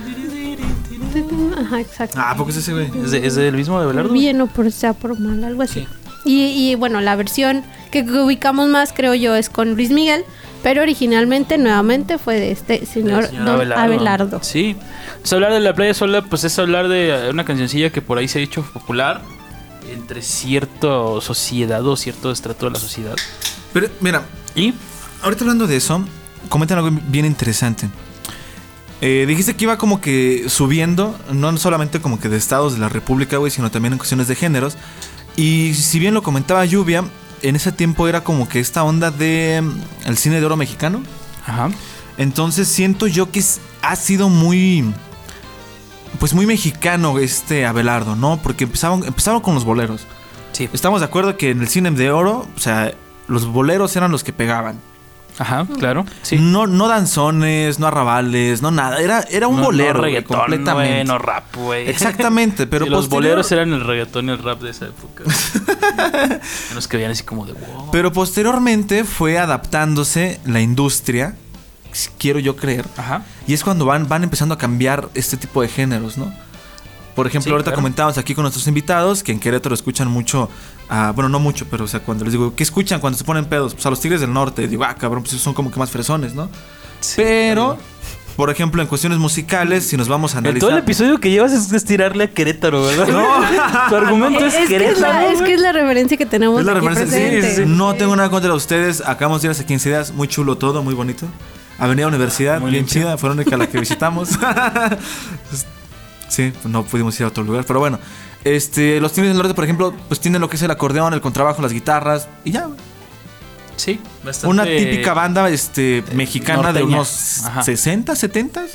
S3: Ajá, exacto.
S1: Ah, ¿a poco es ese, güey?
S2: ¿Es, de, ¿Es del mismo de Belardo?
S3: bien o por sea por mal, algo así.
S2: Sí.
S3: Y, y, bueno, la versión que ubicamos más, creo yo, es con Luis Miguel, pero originalmente, nuevamente, fue de este señor
S2: Del señor
S3: Don Abelardo.
S2: Sí. Entonces, hablar de la playa sola, pues es hablar de eh, una cancioncilla que por ahí se ha hecho popular entre cierta sociedad o cierto estrato de la sociedad.
S1: Pero mira,
S2: Y
S1: ahorita hablando de eso, comentan algo bien interesante. Eh, dijiste que iba como que subiendo, no solamente como que de estados de la República, güey, sino también en cuestiones de géneros. Y si bien lo comentaba Lluvia, en ese tiempo era como que esta onda de mm, el cine de oro mexicano.
S2: Ajá.
S1: Entonces siento yo que es- ha sido muy. Pues muy mexicano este Abelardo, ¿no? Porque empezaban, empezaron con los boleros.
S2: Sí. pues,
S1: Estamos de acuerdo que en el cine de oro, o sea, los boleros eran los que pegaban.
S2: Ajá, claro. Sí.
S1: No, no danzones, no arrabales, no nada. Era, era un
S2: No- no
S1: bolero güey,
S2: reggaetón,
S1: completamente.
S2: güey, no rap, güey.
S1: Exactamente, pero
S2: Sí, los
S1: posterior-
S2: boleros eran el reggaetón y el rap de esa época. güey. los que veían así como de wow.
S1: Pero posteriormente fue adaptándose la industria, quiero yo creer.
S2: Ajá.
S1: Y es cuando van, van empezando a cambiar este tipo de géneros, ¿no? Por ejemplo,
S2: Sí,
S1: ahorita
S2: claro.
S1: comentábamos aquí con nuestros invitados que en Querétaro escuchan mucho, ah, bueno, no mucho, pero o sea, cuando les digo, ¿qué escuchan cuando se ponen pedos? Pues a los Tigres del Norte, digo, ah, cabrón, pues esos son como que más fresones, ¿no? pero, por ejemplo, en cuestiones musicales, si nos vamos a
S2: El-
S1: analizar...
S2: Eh, todo el episodio que llevas es estirarle a Querétaro, ¿verdad?
S1: No.
S2: tu argumento es,
S3: Es, que es,
S2: Querétaro.
S3: la, es
S2: güey.
S3: que es la referencia que tenemos.
S1: Es la
S3: aquí
S1: referencia, sí, sí,
S3: presente.
S1: sí. No tengo nada contra ustedes. Acabamos de ir hace 15 días. Muy chulo todo, muy bonito. Avenida Universidad,
S2: Muy
S1: bien
S2: limpio.
S1: chida. Fue la única la que visitamos. sí, no pudimos ir a otro lugar. Pero bueno, este, los Tigres del Norte, por ejemplo, pues tienen lo que es el acordeón, el contrabajo, las guitarras y ya. güey.
S2: Sí, bastante.
S1: Una típica banda este, mexicana de
S2: norteña.
S1: unos
S2: Ajá.
S1: 60, 70.
S2: Sí,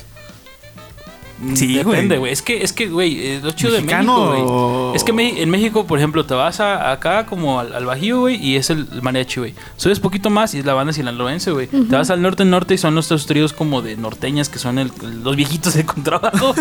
S1: Sí,
S2: güey. Mm, Depende,
S1: güey.
S2: güey. Es que, es que, güey, eh, lo chido de
S1: Mexicano
S2: México,
S1: o-
S2: güey. Es que me- en México, por ejemplo, te vas a- acá como al, al Bajío, güey, y es el mariachi, güey. Subes poquito más y es la banda sinaloense, güey. Te vas al norte, norte y son nuestros tríos como de norteñas que son el- los viejitos del contrabajo.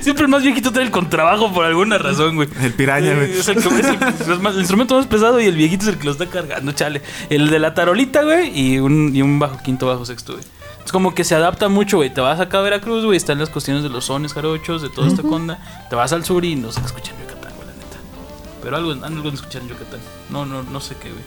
S2: Siempre el más viejito trae el contrabajo por alguna razón, güey.
S1: El piraña, güey.
S2: Eh, Es el, que- es el- es más- el instrumento más pesado y el viejito es el que lo está cargando, chale. El de la tarolita, güey, y un, y un bajo quinto, bajo sexto, güey. Es como que se adapta mucho, güey. Te vas acá a Veracruz, güey, están las cuestiones de los sones, jarochos, de toda esta conda. Te vas al sur y no se escucha en Yucatán, güey, la neta. Pero algo, algo escuchar en Yucatán. No, no, no sé qué, güey.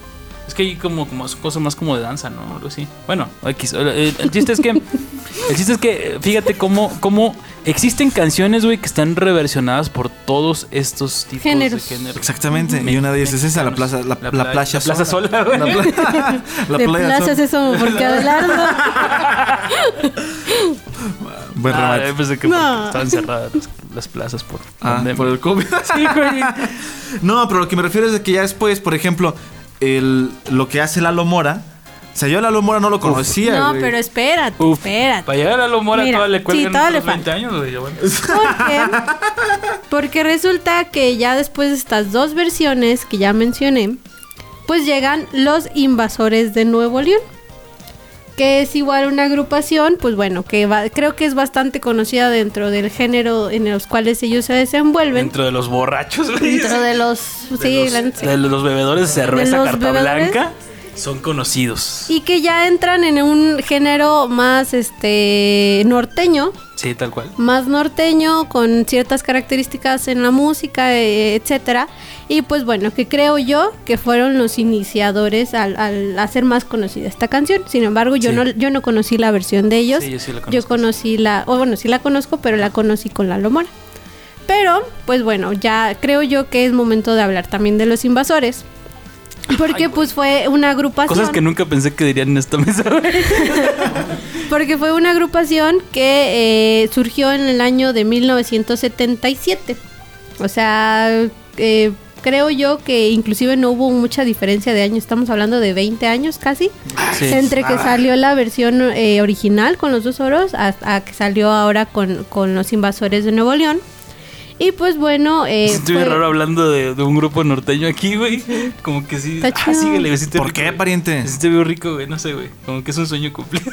S2: Es que hay como, como es cosa más como de danza, ¿no? Algo así. Bueno, X. El, el chiste es que. El chiste es que, fíjate cómo, cómo existen canciones, güey, que están reversionadas por todos estos tipos
S3: Géneros.
S2: de géneros.
S1: Exactamente. Y una de ellas es esa, la plaza, la, la
S2: pla-
S1: playa
S2: Mm, la plaza
S1: sola.
S2: sola, güey.
S1: La, pla- la
S3: De
S1: playa
S3: plazas
S1: sola.
S3: eso, porque Abelardo.
S1: Buen
S2: Ah,
S1: remate.
S2: yo pensé que
S3: No.
S2: porque estaban cerradas las, las plazas por,
S1: Ah,
S2: pandemia.
S1: por el COVID.
S2: Sí, güey.
S1: No, pero lo que me refiero es de que ya después, por ejemplo, el, lo que hace Lalo Mora. O sea, yo a Lalo Mora no lo conocía.
S3: no,
S1: güey.
S3: pero espérate,
S2: Uf,
S3: espérate.
S2: Para llegar a lo mora
S3: Mira,
S2: toda le
S3: sí,
S2: cuelgan
S3: todavía le
S2: otros 20
S3: falta.
S2: años, güey. Bueno.
S3: Porque, porque resulta que ya después de estas dos versiones que ya mencioné, pues llegan los invasores de Nuevo León. Que es igual una agrupación, pues bueno, que va- creo que es bastante conocida dentro del género en los cuales ellos se desenvuelven.
S2: Dentro de los borrachos, güey.
S3: Dentro de los. sí,
S2: de,
S3: la-
S2: los, de los bebedores de cerveza
S3: los
S2: carta
S3: bebedores.
S2: blanca. Son conocidos.
S3: Y que ya entran en un género más este norteño,
S2: Sí, tal cual.
S3: más norteño, con ciertas características en la música, eh, etcétera. Y pues bueno, que creo yo que fueron los iniciadores al, al hacer más conocida esta canción. Sin embargo, yo
S2: Sí.
S3: no yo no conocí la versión de ellos.
S2: Sí, yo sí la
S3: Yo
S2: conozco.
S3: conocí la, o bueno, sí la conozco, pero la conocí con la Lomora. Pero, pues bueno, ya creo yo que es momento de hablar también de los invasores. Porque pues fue una agrupación.
S2: Cosas que nunca pensé que dirían en esta mesa. güey.
S3: Porque fue una agrupación que eh, surgió en el año de 1977. O sea, eh, creo yo que inclusive no hubo mucha diferencia de año. Estamos hablando de 20 años casi.
S2: Sí.
S3: Entre que salió la versión eh, original con los dos oros hasta que salió ahora con, con los invasores de Nuevo León. Y pues bueno, eh,
S2: Estoy
S3: fue-
S2: raro hablando de, de un grupo norteño aquí, güey. Como que sí.
S3: Está
S2: Ah,
S3: chido.
S2: síguele, güey, sí te
S1: ¿Por
S2: rico,
S1: qué,
S2: güey.
S1: pariente?
S2: Sí te veo rico, güey. No sé, güey. Como que es un sueño cumplido.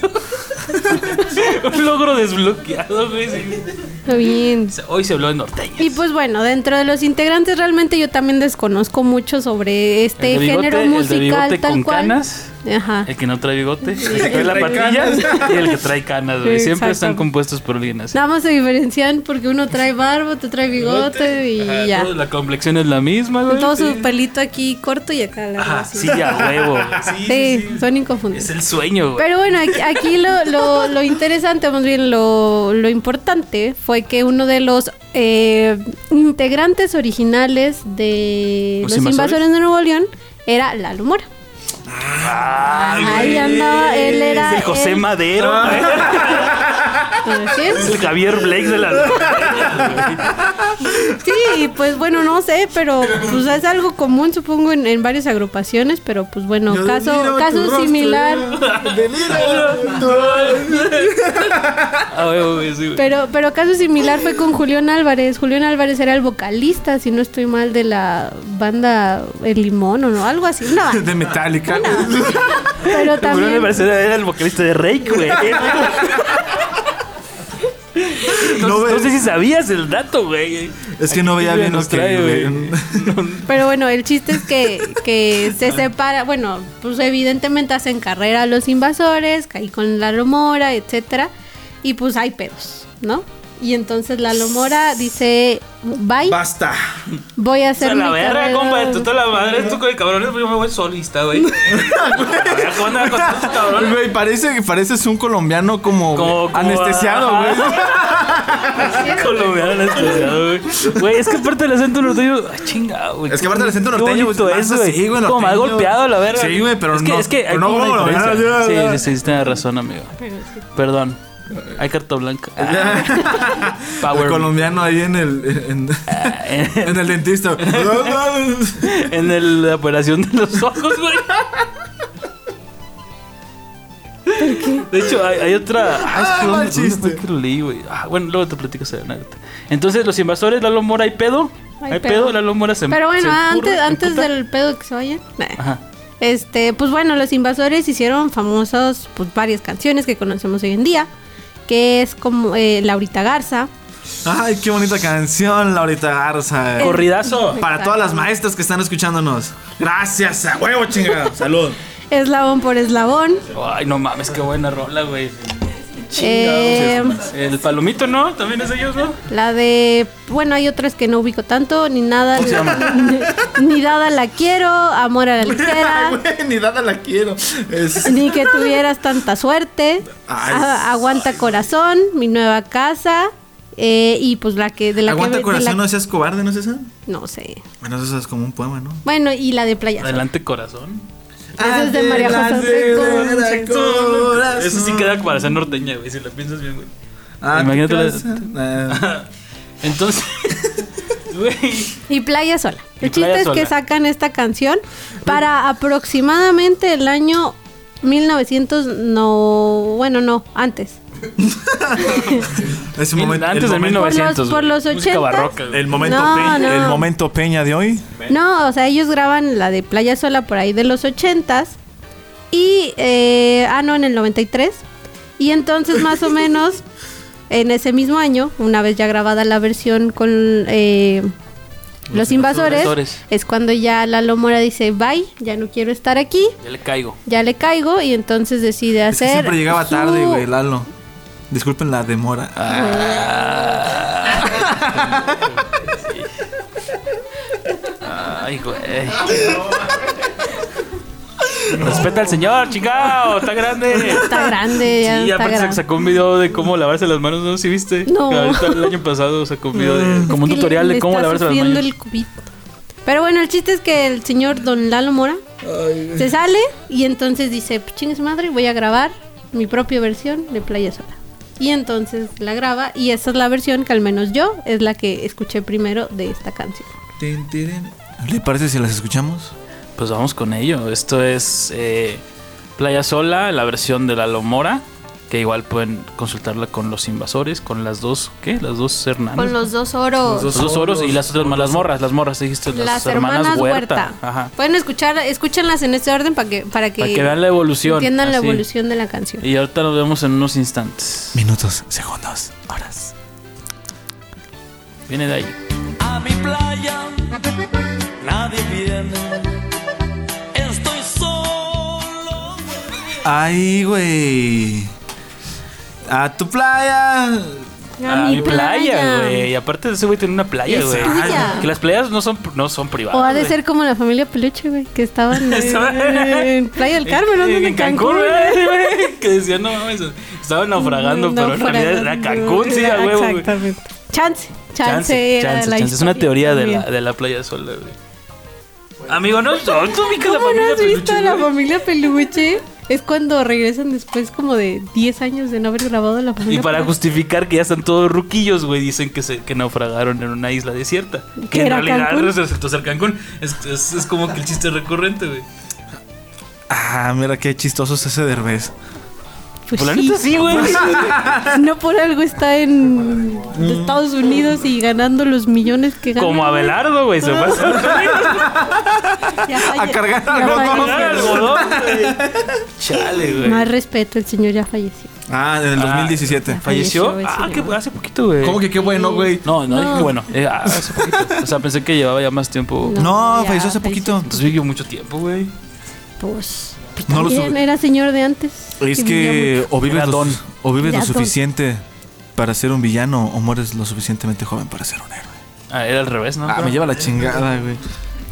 S2: un logro desbloqueado, güey. sí.
S3: Está bien.
S2: O sea, Hoy se habló de norteño.
S3: Y pues bueno, dentro de los integrantes realmente yo también desconozco mucho sobre
S2: El
S3: este
S2: de bigote,
S3: género
S2: el de
S3: musical
S2: bigote
S3: tal
S2: con
S3: cual. Ah.
S2: canas.
S3: Ajá.
S2: El que no trae bigote, el que trae la
S1: trae
S2: patilla y el que trae canas, güey. Siempre están
S3: Exacto.
S2: compuestos por alguien así.
S3: Nada más se diferencian porque uno trae barba, otro trae bigote y
S2: Ajá,
S3: ya.
S2: todo- La complexión es la misma, güey.
S3: Todo su
S2: Sí.
S3: pelito aquí corto y acá largo.
S2: Ajá,
S3: así.
S2: sí, ya, huevo. güey. Sí,
S3: Sí,
S2: sí, sí.
S3: son
S2: Es
S3: inconfundibles.
S2: el sueño, güey.
S3: Pero bueno, aquí, aquí lo, lo- lo interesante, más bien lo, lo importante, fue que uno de los eh, integrantes originales de
S2: ¿Los
S3: Los
S2: Invasores?
S3: Invasores de Nuevo León era Lalo Mora.
S2: Ay,
S3: Ahí
S2: Ah, güey.
S3: andaba, él era
S2: Es el José
S3: él.
S2: Madero, güey. es
S3: ¿Sí?
S2: el Javier Blake de la.
S3: Sí, pues bueno, no sé, pero pues, es algo común, supongo, en, en varias agrupaciones, pero pues bueno,
S1: Yo admiro
S3: caso,
S1: tu
S3: caso
S1: rostro.
S3: similar.
S1: Deliro.
S2: Ah, güey, güey, sí, güey.
S3: Pero, pero caso similar fue con Julián Álvarez. Julián Álvarez era el vocalista, si no estoy mal, de la banda El Limón o no, algo así. Una banda.
S1: De Metallica.
S3: Pero
S2: Bruno
S3: también.
S2: Alvarez era el vocalista de Rake, güey.
S1: No
S2: No
S1: ve-
S2: sé si sabías el dato, güey.
S1: Es que no
S2: Aquí
S1: veía bien
S2: nos
S1: lo que-
S2: trae, güey.
S3: Pero bueno, el chiste es que, que se separa. Bueno, pues evidentemente hacen carrera a los invasores, caí con Lalo Mora, etcétera. Y pues hay pedos, ¿no? Y entonces Lalo Mora dice: Bye,
S1: Basta.
S3: voy a
S2: O sea,
S3: hacer.
S2: la
S3: mi
S2: verga,
S3: carrera".
S2: compa, tú toda la madre, tú con el cabrón, yo me voy solista, güey. A ver, ¿Cómo anda con estos cabrones?
S1: Güey, parece, pareces un colombiano como,
S2: Como- como-
S1: anestesiado,
S2: ajá.
S1: güey.
S2: Colombiano anestesiado, güey. Güey, es que aparte del acento norteño, ay, chinga, güey.
S1: Es que aparte el acento
S2: Qué
S1: norteño,
S2: bonito
S1: güey,
S2: es,
S1: más así, güey,
S2: Como más
S1: norteño.
S2: golpeado, la verga.
S1: Sí, güey, pero
S2: es que,
S1: no-
S2: Es que hay
S1: pero no
S2: como una
S1: como la-
S2: diferencia. Sí, sí, sí, tienes razón, amigo. Perdón. Hay carta blanca. Ah,
S1: El
S2: Power.
S1: colombiano ahí en el, en, en el dentista.
S2: En el- la operación de los ojos, güey. De hecho, hay, hay otra. Ah, es que
S1: Ah,
S2: ¿dónde-
S1: mal
S2: dónde fue
S1: chiste.
S2: que lo leí, güey? Ah, bueno, luego te platico esa anécdota. Entonces, los invasores, Lalo Mora y pedo.
S3: Hay
S2: Hay, pedo.
S3: pedo.
S2: Lalo Mora se
S3: Pero
S2: se
S3: bueno,
S2: empurra,
S3: antes,
S2: se
S3: antes
S2: emputa.
S3: del pedo que se vaya. nah.
S2: Ajá.
S3: Este, pues bueno, los invasores hicieron famosos pues, varias canciones que conocemos hoy en día, que es como eh, Laurita Garza.
S1: Ay, qué bonita canción, Laurita Garza.
S2: Corridazo.
S1: Para todas las maestras que están escuchándonos. Gracias, a huevo, chingada. Salud.
S3: Eslabón por eslabón.
S2: Ay, no mames, qué buena rola, güey.
S3: Eh,
S2: El palomito, ¿no? También es de ellos, ¿no?
S3: la de. Bueno, hay otras que no ubico tanto, ni nada. ni, ni dada la quiero, amor a la
S1: Ay,
S3: ligera.
S1: güey, ni dada la quiero. Es-
S3: Ni que tuvieras tanta suerte.
S1: Ay,
S3: a- aguanta corazón, mi nueva casa. eh, y pues la que de la
S1: Aguanta
S3: que de la-
S1: corazón, no seas cobarde, ¿no es esa?
S3: no sé.
S1: Bueno, eso es como un poema, ¿no?
S3: Bueno, y la de playa. Azul.
S2: Adelante, corazón.
S3: Esa Ah, es de María José
S1: Adelante, corazón.
S2: Eso sí queda para ser norteña, güey, si lo piensas bien, güey.
S1: Ah,
S2: Imagínate la-
S1: la...
S2: Entonces, güey.
S3: Y Playa Sola.
S2: Y
S3: El chiste
S2: Playa
S3: es que
S2: Sola.
S3: sacan esta canción para aproximadamente el año 1900 no, bueno, no, antes.
S1: Ese
S2: Mil-
S1: momento,
S2: antes
S1: el
S2: del
S1: momento-
S2: 1900.
S3: por
S2: güey.
S3: los
S2: Música
S3: 80s.
S2: barroca. güey.
S1: El momento,
S3: No,
S1: peña,
S3: no.
S1: el momento peña de hoy.
S3: No, o sea, ellos graban la de Playa Sola por ahí de los 80s y eh, ah no, en el 93. Y entonces más o menos en ese mismo año, una vez ya grabada la versión con eh, Los, invasores,
S2: invasores.
S3: es cuando ya Lalo Mora dice, bye, ya no quiero estar aquí,
S2: Ya le caigo.
S3: ya le caigo y entonces decide
S1: Es que
S3: hacer...
S1: siempre llegaba
S3: su-
S1: tarde, güey, Lalo. Disculpen la demora. Ah,
S2: Ay, güey. Respeta al señor, chingao, está grande.
S3: Está grande, ya
S2: Sí,
S3: está
S2: aparte
S3: grande.
S2: sacó un video de cómo lavarse las manos, ¿no? ¿Sí viste?
S3: No.
S2: Ahorita el año pasado sacó un video de, como un
S3: Es que
S2: tutorial
S3: le
S2: de cómo
S3: está
S2: lavarse las
S3: sufriendo
S2: manos.
S3: el cubito. Pero bueno, el chiste es que el señor Don Lalo Mora se sale y entonces dice, "Pues, chingue su madre, voy a grabar mi propia versión de Playa Sola. Y entonces la graba y esa es la versión que al menos yo es la que escuché primero de esta canción.
S1: Tin, tirin. ¿Le parece si las escuchamos?
S2: Pues vamos con ello. Esto es eh, Playa Sola, la versión de la Lomora. Que igual pueden consultarla con los invasores, con las dos, ¿qué? Las dos hermanas.
S3: Con los dos oros.
S2: Los dos oros y las otras malas morras, las morras, dijiste, las,
S3: las hermanas, Huerta.
S2: Ajá.
S3: Pueden escuchar, escúchenlas en este orden para que, para que,
S2: Para que vean la evolución.
S3: entiendan la
S2: así.
S3: evolución de la canción.
S2: Y ahorita nos vemos en unos instantes.
S1: Minutos, segundos, horas.
S2: Viene de ahí.
S4: A mi playa nadie viene. Estoy solo.
S1: Ay, güey. A tu playa.
S2: A mi playa, güey. Y aparte ese güey tiene una playa,
S3: Es
S2: güey. Ah,
S3: tuya.
S2: Que las playas no son, no son privadas.
S3: O ha de
S2: güey.
S3: ser como la familia Peluche, güey, que estaban
S2: Estaban-
S3: eh, en Playa del Carmen, ¿no?
S2: En,
S3: En
S2: en Cancún, güey. Que decían, no mames, estaban naufragando, pero en realidad era Cancún, sí, a huevo, güey.
S3: Mm, Exactamente. Chance, chance, era
S2: chance,
S3: la
S2: chance. Es una
S3: historia
S2: teoría de
S3: también.
S2: la, de la playa sola, güey. Amigo, no, no, tú ubicas la
S3: ¿Cómo no
S2: familia
S3: has visto
S2: Peluche,
S3: a la
S2: güey?
S3: familia Peluche? Es cuando regresan después como de 10 años de no haber grabado la familia
S2: Y para
S3: Peluche.
S2: justificar que ya están todos ruquillos, güey, dicen que se que naufragaron en una isla desierta.
S3: Que
S2: Que en
S3: era
S2: realidad
S3: Cancún.
S2: resultó ser Cancún. Es, es- es como que el chiste recurrente, güey.
S1: Ah, mira qué chistoso es ese derbez.
S3: Pues
S2: Pues la
S3: sí,
S2: neta sí, güey.
S3: No por algo está en Estados Unidos y ganando los millones que gana.
S2: Mm. Como
S3: güey.
S2: Abelardo, güey, se pasa.
S3: Ya falle-
S1: cargar
S3: ya
S1: algodón.
S3: falleció.
S2: Ah, algodón, güey. Chale,
S3: Más
S2: güey.
S3: respeto, el señor ya falleció.
S1: Ah, en el
S2: Ah.
S1: 2017.
S2: ¿Falleció?
S3: falleció,
S2: Ah,
S3: sí,
S2: que
S3: güey.
S2: hace poquito, güey.
S1: ¿Cómo que qué bueno, güey?
S2: No, no,
S3: No.
S2: dije que bueno. eh, ah, hace poquito. O sea, pensé que llevaba ya más tiempo.
S3: No,
S1: No,
S3: ya,
S1: falleció hace
S3: falleció.
S1: poquito.
S2: Entonces vivió mucho tiempo, güey.
S3: Pues, pues
S1: No lo
S3: también
S1: sube.
S3: era señor de antes.
S1: Es
S3: vivía
S1: que o vives,
S2: Era
S1: lo,
S2: don.
S1: o vives
S3: Era
S1: lo
S3: don.
S1: suficiente para ser un villano o mueres lo suficientemente joven para ser un héroe.
S2: Ah, era al revés, ¿no?
S1: Ah,
S2: Pero-
S1: me lleva la chingada, güey.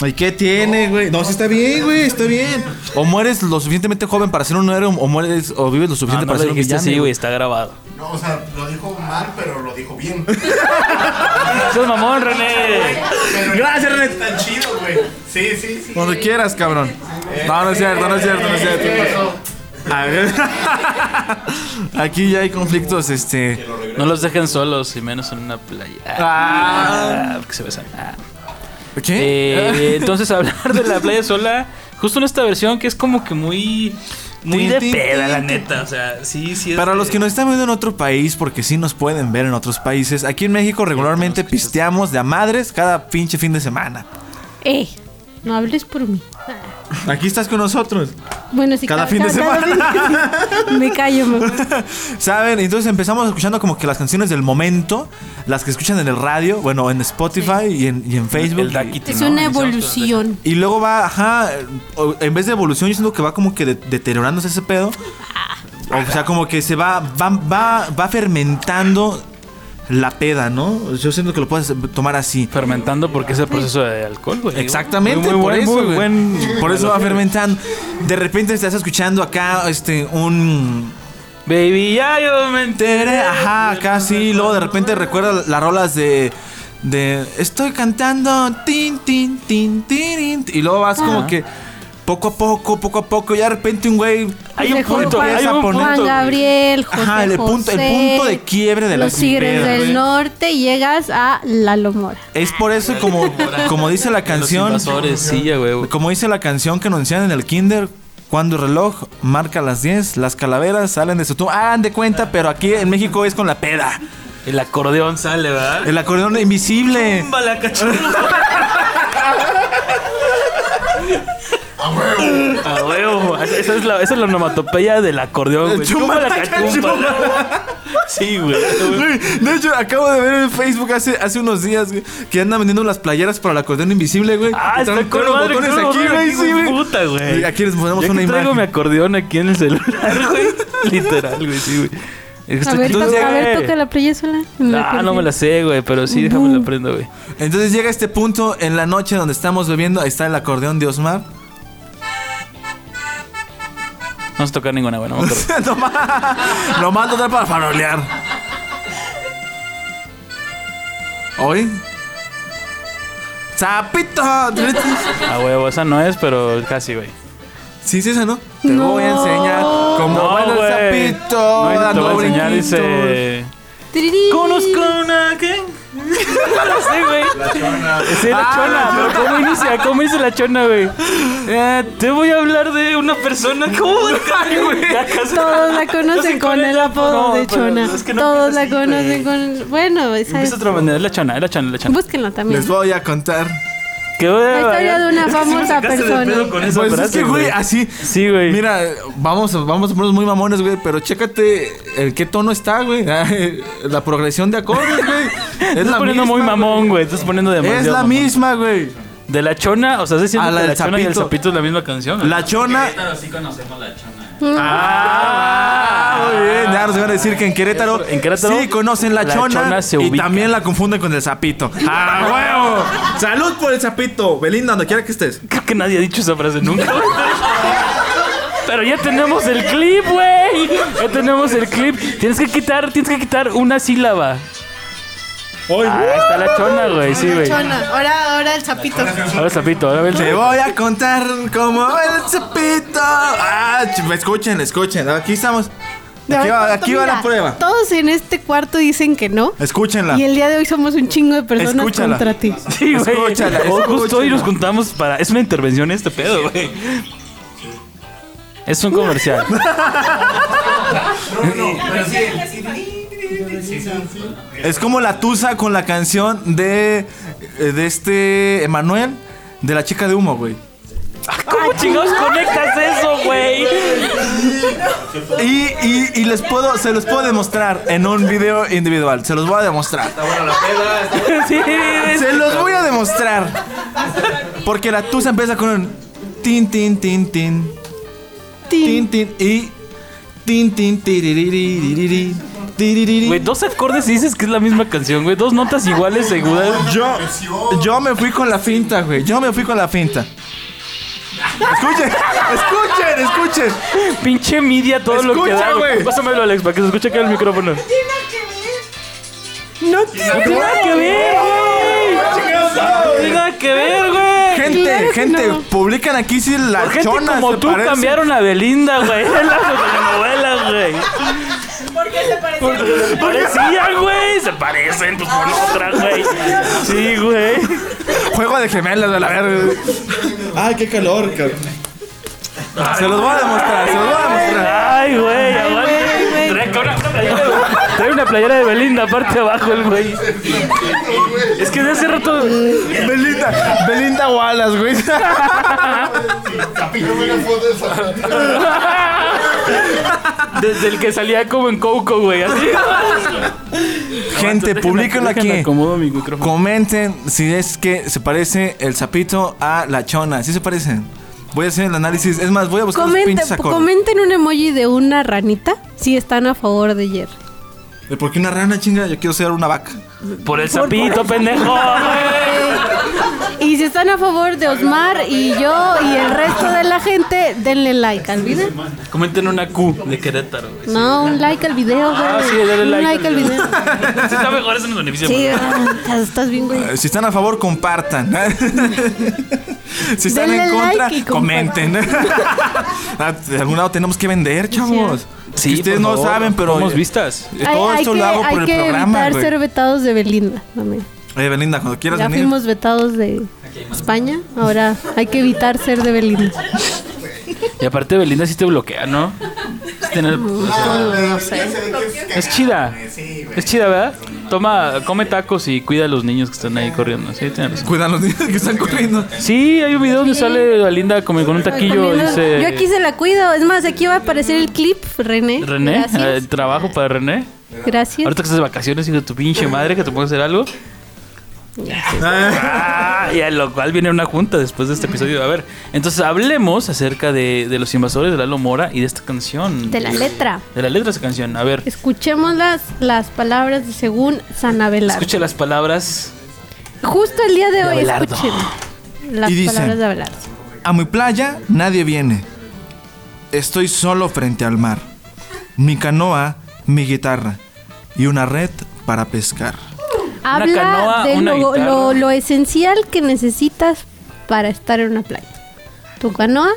S1: ¿Y qué tiene, güey? No, sí está bien, güey, está bien. O mueres lo suficientemente joven para ser un héroe o mueres o vives lo
S2: Ah,
S1: suficiente
S2: no
S1: para
S2: lo
S1: ser un
S2: dijiste
S1: villano.
S2: así, güey, está grabado.
S5: No, o sea, lo dijo mal, pero lo dijo bien.
S2: ¡Sos mamón, René!
S5: Gracias, René. Está chido, güey. Sí, sí, sí.
S1: Donde quieras, cabrón. No, no es cierto, no es cierto, no es cierto. A ver. Aquí ya hay conflictos, este.
S2: No los dejen solos y menos en una playa. Ah, porque se besan. Ah. Eh,
S1: ¿Qué?
S2: entonces, hablar de la playa sola, justo en esta versión que es como que muy. Muy
S1: Tin,
S2: de
S1: tin,
S2: peda,
S1: tin,
S2: la
S1: tin.
S2: neta. O sea, sí, sí.
S1: Para
S2: este,
S1: los que nos están viendo en otro país, porque sí nos pueden ver en otros países, aquí en México regularmente pisteamos de a madres cada pinche fin de semana.
S3: Eh, no hables por mí.
S1: Aquí estás con nosotros.
S3: Bueno, sí,
S1: Cada fin de semana.
S3: semana. me callo, mejor.
S1: ¿Saben? Entonces empezamos escuchando como que las canciones del momento, las que escuchan en el radio, bueno, en Spotify y, en, y en Facebook.
S2: El Daquiti,
S3: Es
S2: ¿no?
S3: una
S2: Iniciamos con el
S3: evolución.
S1: Y luego va, ajá, o- en vez de evolución, yo siento que va como que de- deteriorándose ese pedo. O sea, como que se va, va, va, va fermentando la peda, ¿no? Yo siento que lo puedes tomar así.
S2: Fermentando porque es el proceso de alcohol, güey.
S1: Exactamente,
S2: Muy, muy
S1: por
S2: buen-
S1: eso,
S2: muy
S1: güey.
S2: buen-
S1: por eso va fermentando. De repente estás escuchando acá, este, un
S2: Baby, ya yo me enteré.
S1: Tere, ajá, casi. Luego de repente recuerda las rolas de. de estoy cantando. Tin, tin, tin, tirin. Y luego vas como que. Poco a poco, poco a poco. Y de repente un güey.
S2: Hay un
S3: José
S2: punto,
S3: Pues Juan-
S2: hay un punto.
S3: Juan
S2: güey.
S3: Gabriel, José
S1: Ajá, el punto, el
S3: José,
S1: punto de quiebre de la
S3: Los Tigres
S1: peda,
S3: del
S1: güey.
S3: Norte y llegas a La Lomora.
S1: Es por eso, como, como dice la canción.
S2: Los invasores, sí, ya, güey.
S1: Como dice la canción que anuncian en el Kinder. Cuando el reloj marca las 10, las calaveras salen de su tumba. Hagan de cuenta, pero aquí en México es con la peda.
S2: El acordeón sale, ¿verdad?
S1: El acordeón invisible.
S2: Tumba la cachorra.
S5: A huevo.
S2: Ah, huevo. Esa es la, esa es la onomatopeya del acordeón, güey.
S1: Chumba
S2: Chumba la
S1: la
S2: cachumba. Sí, güey.
S1: Güey, De hecho, acabo de ver en Facebook hace, hace unos días güey, que andan vendiendo las playeras para la acordeón invisible, güey.
S2: Ah,
S1: Y traen
S2: está
S1: todos
S2: con
S1: los
S2: madre,
S1: botones
S2: creo,
S1: aquí, güey. Sí, güey.
S2: Puta, güey.
S1: Y aquí les ponemos
S2: Yo
S1: una
S2: que traigo
S1: imagen.
S2: mi acordeón aquí en el celular, güey. Literal, güey, sí, güey. Es que
S3: A
S2: estoy
S3: ver,
S2: chido,
S3: toca, a ver,
S2: güey.
S3: toca la playa sola.
S2: Ah, no me la sé, güey, pero sí, déjame la prendo, güey.
S1: Entonces llega este punto en la noche donde estamos bebiendo. Ahí está el acordeón de Osmar.
S2: No sé tocar ninguna, güey, no me acuerdo.
S1: nomás, nomás lo da para farolear. ¿Hoy? ¡Zapito!
S2: A huevo, esa no es, pero casi, güey.
S1: Sí, sí, esa no. Te
S3: No.
S1: voy a enseñar cómo
S2: No,
S1: baila
S2: güey.
S1: el sapito.
S2: No, te
S1: dando
S2: voy a enseñar,
S1: Oh, brinquitos.
S2: dice... Conozco una que... No sé, güey. Sí, la
S1: Ah,
S2: chona.
S1: la
S2: pero ¿Cómo inicia? ¿Cómo dice la chona, güey? Eh, te voy a hablar de una persona. ¿Cómo? Ya casi-
S3: Todos la
S2: No
S3: conocen
S2: sé
S3: con
S2: cuál es
S3: el
S2: la-
S3: apodo
S2: no,
S3: de
S2: pero
S3: Chona.
S2: es que no
S3: Todos
S2: empieza
S3: la
S2: así, güey.
S3: conocen con el... Bueno, esa es...
S2: Empieza otra manera. Es la chona, es la chona, es la chona.
S3: Búsquenla también.
S1: Les voy a contar.
S2: Que voy a
S3: La historia
S2: bailar.
S3: de
S2: Es
S3: una
S2: que sí me
S3: famosa
S2: sacaste de
S3: persona.
S2: pedo con esa
S1: Pues es
S2: frase,
S1: que, güey, así.
S2: Sí, güey.
S1: Mira, vamos, vamos a ponernos muy mamones, güey, pero chécate el qué tono está, güey. Ah, La progresión de acordes, güey. Es
S2: estás
S1: la
S2: poniendo
S1: misma,
S2: muy mamón, güey. Estás poniendo demasiado.
S1: Es la
S2: mamón.
S1: misma, güey.
S2: De la chona, o sea, estás diciendo
S1: A la
S2: que la
S1: del
S2: chona y el
S1: sapito.
S2: sapito es la misma canción. güey?
S1: La chona.
S6: Pero sí conocemos la chona.
S3: Mm.
S1: Ah, muy bien. Ya nos van a decir que en Querétaro.
S2: En Querétaro,
S1: Sí, conocen la,
S2: la
S1: chona.
S2: chona se
S1: y
S2: ubica.
S1: también la confunden con el sapito. ¡Ah, huevo! ¡Salud por el sapito! Belinda, donde quiera que estés.
S2: Creo que nadie ha dicho esa frase nunca. güey. Pero ya tenemos el clip, güey. Ya tenemos el clip. Tienes que quitar, tienes que quitar una sílaba. Ah, está la chona, güey. Sí, güey.
S3: Chona. Ahora, ahora el sapito.
S2: Ahora sapito, ahora ve el
S1: Te
S2: sapito.
S1: voy a contar cómo el sapito. Ah, ch- escuchen, escuchen. Aquí estamos. Aquí va, aquí va la prueba.
S3: Todos en este cuarto dicen que no.
S1: Escúchenla.
S3: Y el día de hoy somos un chingo de personas
S1: Escúchala.
S3: contra ti.
S2: Sí, güey.
S1: Escúchala,
S2: O justo hoy
S1: escúchala.
S2: nos juntamos para. Es una intervención este pedo, güey. Es un comercial.
S1: Es como la tusa con la canción de, eh, de este Emanuel, de la chica de humo, güey.
S2: ¿Cómo chingados conectas eso, güey?
S1: Y, y- y les puedo, se los puedo demostrar en un video individual. Se los voy a demostrar.
S2: Sí,
S1: Se los voy a demostrar. Porque la tusa empieza con un tin tin tin tin tin tin y tin tin tiririririri, tiririri.
S2: Güey, dos acordes y dices que es la misma canción, güey. Dos notas iguales, seguras.
S1: Yo, yo me fui con la finta, güey. Yo me fui con la finta. Escuchen, escuchen, escuchen.
S2: Pinche media todo lo que
S1: Escucha,
S2: da. güey.
S1: güey.
S2: Pásamelo, Alex, para que se escuche acá el micrófono. No tiene nada que ver, güey. No tiene nada que ver, güey.
S1: Gente,
S3: Claro que
S1: gente,
S3: no.
S1: publican aquí si la
S2: Por gente
S1: chona
S2: como
S1: se
S2: tú
S1: parece.
S2: cambiaron a Belinda, güey. En las telenovelas, güey. ¿Por qué se parecían? parecían, güey. Se parecen, pues con otra, güey. Sí, güey.
S1: Juego de gemelas de la verga. Ay, qué calor, cabrón. Se los voy a demostrar, se los voy a demostrar.
S2: Ay, güey, aguante.
S3: güey, güey.
S2: Trae acá una- una playera, güey. Trae una playera de Belinda aparte abajo el güey. Es que de hace rato.
S1: Belinda, Belinda Wallace, güey.
S2: Desde el que salía como en Coco, güey. Así.
S1: Gente, publiquenlo
S2: Déjenme
S1: aquí.
S2: acomodo mi micrófono.
S1: Comenten si es que se parece el sapito a la chona. Si se parecen. Voy a hacer el análisis. Es más, voy a buscar los
S3: Comenten,
S1: pinches acordes.
S3: comenten un emoji de una ranita si están a favor de Jer.
S1: ¿De ¿Por qué una rana chinga? Yo quiero ser una vaca.
S2: Por el sapito, pendejo. güey.
S3: Eh, Y si están a favor de Osmar y yo y el resto de la gente, denle like al video.
S2: Comenten una Q de Querétaro, güey.
S3: No, un like al video, güey.
S2: Ah, sí, dale
S3: un
S2: like
S3: like
S2: al
S3: al video.
S2: Sí, está mejor, eso nos beneficia.
S3: Sí,
S2: güey.
S3: ah, estás- estás bien, güey.
S1: Eh, Si están a favor, compartan. si están
S3: Denle
S1: en
S3: like
S1: contra,
S3: y
S1: comenten. Ah, De algún lado tenemos que vender, chavos. Que
S2: Sí,
S1: ustedes
S2: por
S1: no
S2: favor,
S1: saben, pero.
S2: somos vistas.
S1: eh, Todo
S3: Hay- hay
S1: esto
S3: que-
S1: lo hago
S3: hay
S1: por el
S3: que
S1: programa.
S3: evitar
S1: güey.
S3: ser vetados de Belinda. también.
S1: Oye, Belinda, cuando quieras
S3: Ya
S1: venir.
S3: fuimos vetados de España, ahora hay que evitar ser de Belinda.
S2: Y aparte, Belinda sí te bloquea, ¿no? Es, tener- o sea,
S5: No sé.
S2: es chida.
S5: Sí, güey.
S2: Es chida, ¿verdad? Toma, come tacos y cuida a los niños que están ahí corriendo. Sí, tienes razón.
S1: Cuidan los niños que están corriendo.
S2: Sí, hay un video donde sale Belinda como con un taquillo y
S3: Comiendo-
S2: dice...
S3: Yo aquí se la cuido. Es más, aquí va a aparecer el clip, René.
S2: René,
S3: Gracias.
S2: eh, trabajo para René.
S3: Gracias.
S2: Ahorita que estás de vacaciones, hijo de tu pinche madre, que te puedes hacer algo. Ah, y a lo cual viene una junta después de este episodio. A ver, entonces hablemos acerca de, de los invasores de Lalo Mora y de esta canción.
S3: De la letra.
S2: De la letra de esa canción. A ver,
S3: Escuchemos las, las palabras de según San Abelardo.
S2: escuche las palabras.
S3: Justo el día de hoy,
S2: Abelardo.
S3: escuchen las
S1: Y dicen-
S3: palabras de Abelardo.
S1: A mi playa nadie viene. Estoy solo frente al mar. Mi canoa, mi guitarra y una red para pescar.
S3: Habla
S2: canoa,
S3: de
S2: una
S3: lo,
S2: guitarra.
S3: lo- lo esencial que necesitas para estar en una playa. Tu canoa,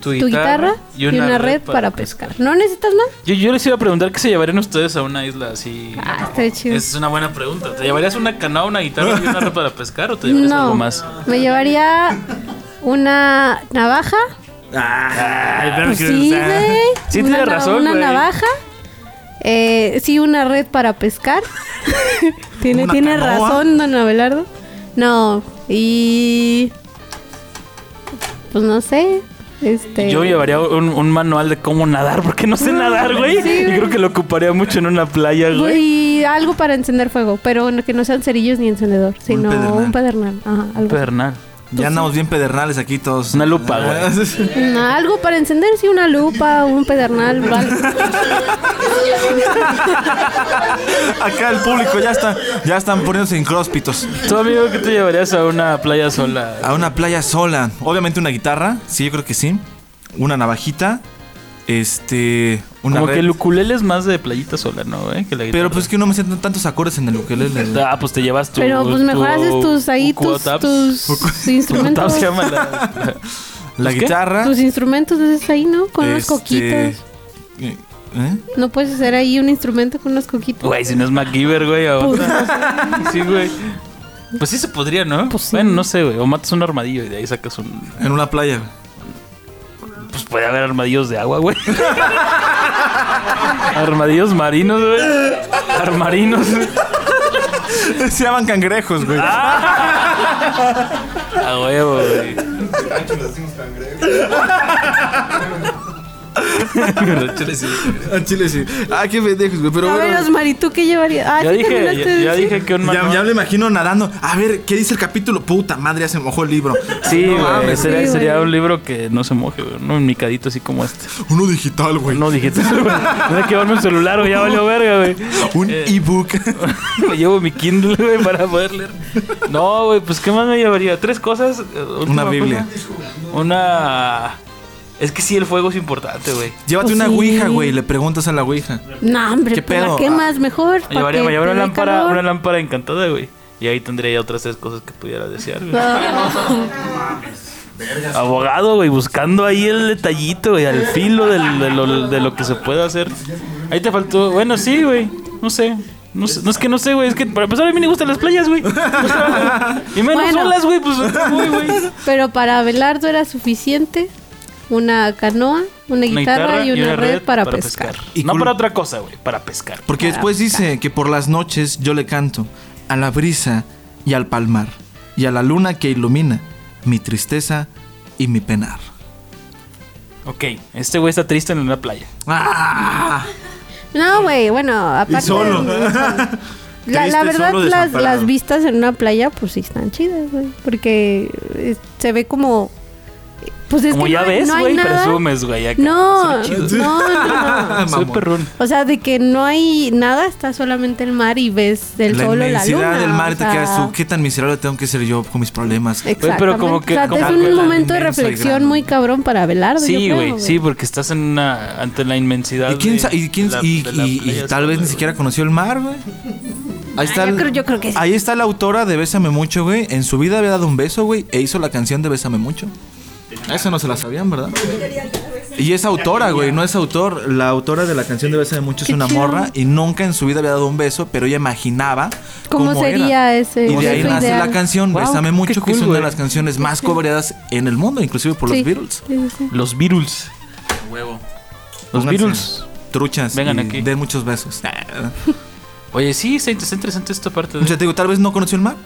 S3: tu guitarra y una, red, para pescar. ¿No necesitas más?
S2: Yo, yo les iba a preguntar qué se llevarían ustedes a una isla así.
S3: Ah, está chido.
S2: Esa es una buena pregunta. ¿Te llevarías una canoa, una guitarra y una red para pescar o te llevarías algo
S3: No,
S2: más?
S3: me llevaría una navaja.
S2: Ah,
S3: Pues
S2: Sí,
S3: sí, güey. Una
S2: tienes
S3: na-
S2: razón,
S3: Una
S2: güey.
S3: navaja. Eh, sí, una red para pescar. tiene
S1: Una
S3: tiene
S1: canoa.
S3: razón, don Abelardo. No, y... Pues no sé. Este...
S2: Yo llevaría un, un manual de cómo nadar, porque no sé nadar, güey.
S3: sí,
S2: y
S3: güey.
S2: creo que lo ocuparía mucho en una playa, güey.
S3: Y algo para encender fuego, pero no- que no sean cerillos ni encendedor, sino
S1: pedernal.
S3: un pedernal. Ajá, algo.
S2: Pernal.
S1: Ya andamos bien pedernales aquí todos.
S2: Una lupa, güey.
S3: Mm, algo para encender, sí, una lupa, un pedernal, algo.
S1: Acá el público ya está, ya están poniéndose en cróspitos.
S2: ¿Tú, amigo, qué te llevarías a una playa sola?
S1: A una playa sola. Obviamente una guitarra, sí, yo creo que sí. Una navajita. Este. Una
S2: Como
S1: red.
S2: que el ukulele es más de playita sola, ¿no, güey? Que la
S1: Pero
S2: guitarra.
S1: pues que no me sientan tantos acordes en el ukelele. güey.
S2: Ah, pues te llevas tu...
S3: Pero pues mejor
S2: tu-
S3: haces tus ahí,
S2: tu
S3: tus,
S2: cuotaps.
S3: tus
S2: Tu cuotaps
S3: instrumentos.
S2: se llama la-
S1: La
S2: ¿Pues qué?
S1: guitarra.
S3: Tus instrumentos haces ahí, ¿no? Con unos
S1: este,
S3: coquitos.
S1: ¿eh? ¿eh?
S3: No puedes hacer ahí un instrumento con unos coquitos.
S2: Güey, si no es MacGyver, güey, ahora. sí, güey. Pues sí se podría, ¿no?
S3: Pues sí.
S2: Bueno, no sé, güey. O matas un armadillo y de ahí sacas un...
S1: En una playa.
S2: Pues puede haber armadillos de agua, güey. armadillos marinos, güey. Armarinos.
S1: Se llaman cangrejos, güey.
S2: A huevo, güey. Los chiles sí.
S1: Ah, chile sí. Ah, qué pendejos, güey. Pero
S3: A ver,
S1: bueno.
S3: Osmari, ¿tú qué llevarías? Ah,
S2: Ya
S3: sí,
S2: dije,
S3: terminaste
S2: ya,
S3: de
S2: ya
S3: decir.
S2: dije que un
S1: Ya,
S2: manual-
S1: ya me imagino nadando. A ver, ¿qué dice el capítulo? Puta madre, ya se mojó el libro.
S2: Sí, güey. sería,
S3: Sí, güey.
S2: sería un libro que no se moje, güey. Un micadito así como este.
S1: Uno digital, güey.
S2: No dijiste eso, güey. Tenía que llevarme un celular, güey. Ya valió verga, güey.
S1: Un ebook.
S2: me llevo mi Kindle, güey, para poder leer. No, güey, pues ¿qué más me llevaría? Tres cosas. eh, última
S1: Una Biblia.
S2: cosa. Una... Es que sí, el fuego es importante, güey.
S1: Llévate
S3: Pues
S1: una
S3: sí.
S1: ouija, güey. Le preguntas a la ouija.
S3: No, hombre,
S1: ¿Qué
S3: pues,
S1: pedo?
S3: ¿la quemas mejor?
S2: Me
S3: para
S2: llevaría,
S3: que
S2: me llevaría
S3: te
S2: una,
S3: dé
S2: lámpara,
S3: calor.
S2: una lámpara encantada, güey. Y ahí tendría ya otras tres cosas que pudiera desear, güey. Abogado, güey, buscando ahí el detallito, güey, al filo del- de, lo, de lo que se puede hacer. Ahí te faltó. Bueno, sí, güey. No sé. No, sé- no es que no sé, güey. Es que para empezar a mí me gustan las playas, güey. O sea, y menos
S3: Bueno.
S2: solas, güey. Pues voy, güey.
S3: Pero para Abelardo era suficiente una canoa,
S2: Una
S3: una guitarra, y, una red, para, pescar.
S1: Y
S2: no
S1: cul-
S2: para otra cosa, güey. Para pescar.
S1: Porque después dice que por las noches yo le canto a la brisa y al palmar y a la luna que ilumina mi tristeza y mi penar.
S2: Ok, este güey está triste en una playa.
S1: ¡Ah!
S3: No, güey, bueno, aparte...
S1: solo.
S3: La, la
S1: Triste,
S3: verdad,
S1: solo,
S3: las,
S1: desamparado.
S3: las vistas en una playa, pues sí están chidas, güey. Porque eh, se ve como... Pues es
S2: Como
S3: que
S2: ya
S3: no hay-
S2: ves,
S3: no hay
S2: güey,
S3: nada.
S2: presumes, güey. acá.
S3: No,
S2: Soy chido.
S3: no, no, no.
S2: Soy
S1: Mamón.
S2: perrón.
S3: O sea, de que no hay nada, está solamente el mar y ves el
S1: la
S3: sol o la
S1: inmensidad
S3: luna.
S1: del mar
S3: o
S1: te
S3: sea,
S1: quedas tú. ¿Qué tan miserable tengo que ser yo con mis problemas?
S3: Exactamente.
S2: pero como que-
S3: O sea,
S2: como
S3: es
S2: que
S3: un
S2: algo tan
S3: momento de
S1: inmenso y
S3: reflexión
S1: grande.
S3: muy cabrón para Abelardo. yo
S2: Sí,
S3: creo,
S2: güey, sí, porque estás en una, ante la inmensidad.
S1: ¿Y quién
S2: de-
S1: sa- y, quién-
S2: de la-
S1: y-
S2: de la
S1: y- y
S2: playa
S1: tal vez
S2: sola,
S1: ni siquiera conoció el mar, güey? Ahí está,
S3: Ah, yo
S1: el-
S3: creo- yo creo que sí.
S1: ahí está la autora de Bésame Mucho, güey. En su vida había dado un beso, güey, e hizo la canción de Bésame Mucho. Eso no se la sabían, ¿verdad? Y es autora, güey, no es autor. La autora de la canción de Bésame Mucho es
S3: Qué
S1: una
S3: chido.
S1: morra y nunca en su vida había dado un beso, pero ella imaginaba
S3: ¿Cómo
S1: era.
S3: sería ese
S1: Y de ahí
S3: beso
S1: nace
S3: ideal?
S1: la canción
S2: Wow,
S1: Bésame
S2: qué
S1: Mucho, que
S2: cool,
S1: es una
S2: güey.
S1: de las canciones más cobradas en el mundo, inclusive por
S3: Sí.
S1: los Beatles.
S3: Sí, sí, sí.
S2: güey. Los Beatles. Huevo. Los
S1: Pónganse
S2: Beatles.
S1: Truchas.
S2: Vengan
S1: y
S2: aquí.
S1: Den muchos besos.
S2: Oye, sí, está, está interesante esta parte.
S1: O sea,
S2: De...
S1: te digo, tal vez no conoció el mar.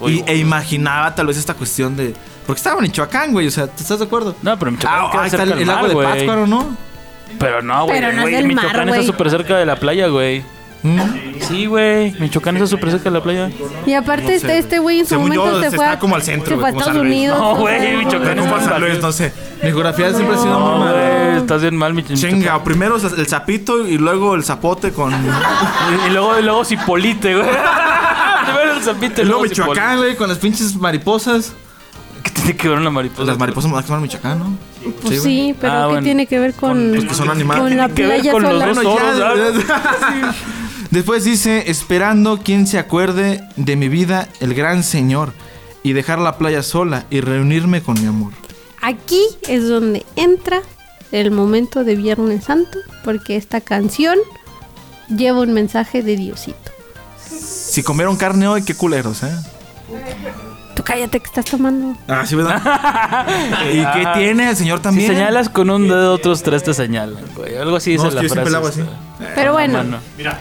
S2: Oye,
S1: y, e imaginaba tal vez esta cuestión de. Porque estaba en Michoacán, güey. O sea, ¿te estás de acuerdo?
S2: No, pero Michoacán
S1: Ah,
S2: queda
S1: ahí está el,
S2: cerca del
S1: el
S2: mar,
S1: agua de
S2: güey.
S1: Pátzcuaro, ¿no?
S2: Pero no, güey.
S3: Pero no es
S2: güey,
S3: del mar,
S2: Michoacán está
S3: güey.
S2: súper cerca de la playa, güey.
S1: ¿Mm?
S2: Sí, güey. Michoacán está súper cerca de la playa.
S3: Y aparte,
S1: No
S3: este
S1: sé.
S3: este güey en su
S1: Según yo,
S3: momento se
S1: está
S3: fue a,
S1: como al centro,
S3: se
S1: güey,
S3: fue a
S1: como
S3: Estados
S1: San Luis.
S3: Unidos.
S2: No,
S3: o sea,
S2: güey, Michoacán
S1: Pero
S2: está
S1: ¿Cómo
S2: mal.
S1: pasa, Luis? No sé. Mi geografía siempre ha sido muy
S2: No,
S1: mala.
S2: güey, estás bien mal, Mich- Michoacán.
S1: Chinga, primero el zapito y luego el zapote con.
S2: Y, y luego, y luego Cipolite, güey. Primero el zapito
S1: Y
S2: y
S1: luego
S2: luego Cipolite.
S1: Michoacán, güey, con las pinches mariposas.
S2: ¿Qué tiene que ver una mariposa?
S1: Las mariposas me van a quemar Michoacán, ¿no?
S3: Pues sí,
S1: güey.
S3: pero
S2: Ah,
S3: ¿qué
S2: bueno.
S3: tiene que ver con,
S1: Pues que son animales.
S3: con la
S2: Tiene que ver
S3: playa
S2: con los
S3: sola?
S2: dos.
S1: Bueno, ya,
S2: Toros,
S1: Después dice, esperando quien se acuerde de mi vida, el gran señor, y dejar la playa sola y reunirme con mi amor.
S3: Aquí es donde entra el momento de Viernes Santo, porque esta canción lleva un mensaje de Diosito.
S1: Si comieron carne hoy, qué culeros, ¿eh?
S3: Tú cállate que estás tomando.
S1: Ah, sí, ¿verdad? ¿Y qué tiene el señor
S2: Si
S1: también?
S2: señalas con un dedo, otros tres te señalan, güey. Algo así dice
S1: Eh, No, es
S2: la
S1: que yo siempre
S2: frase. Ah,
S1: la hago así.
S3: Pero bueno,
S2: mano.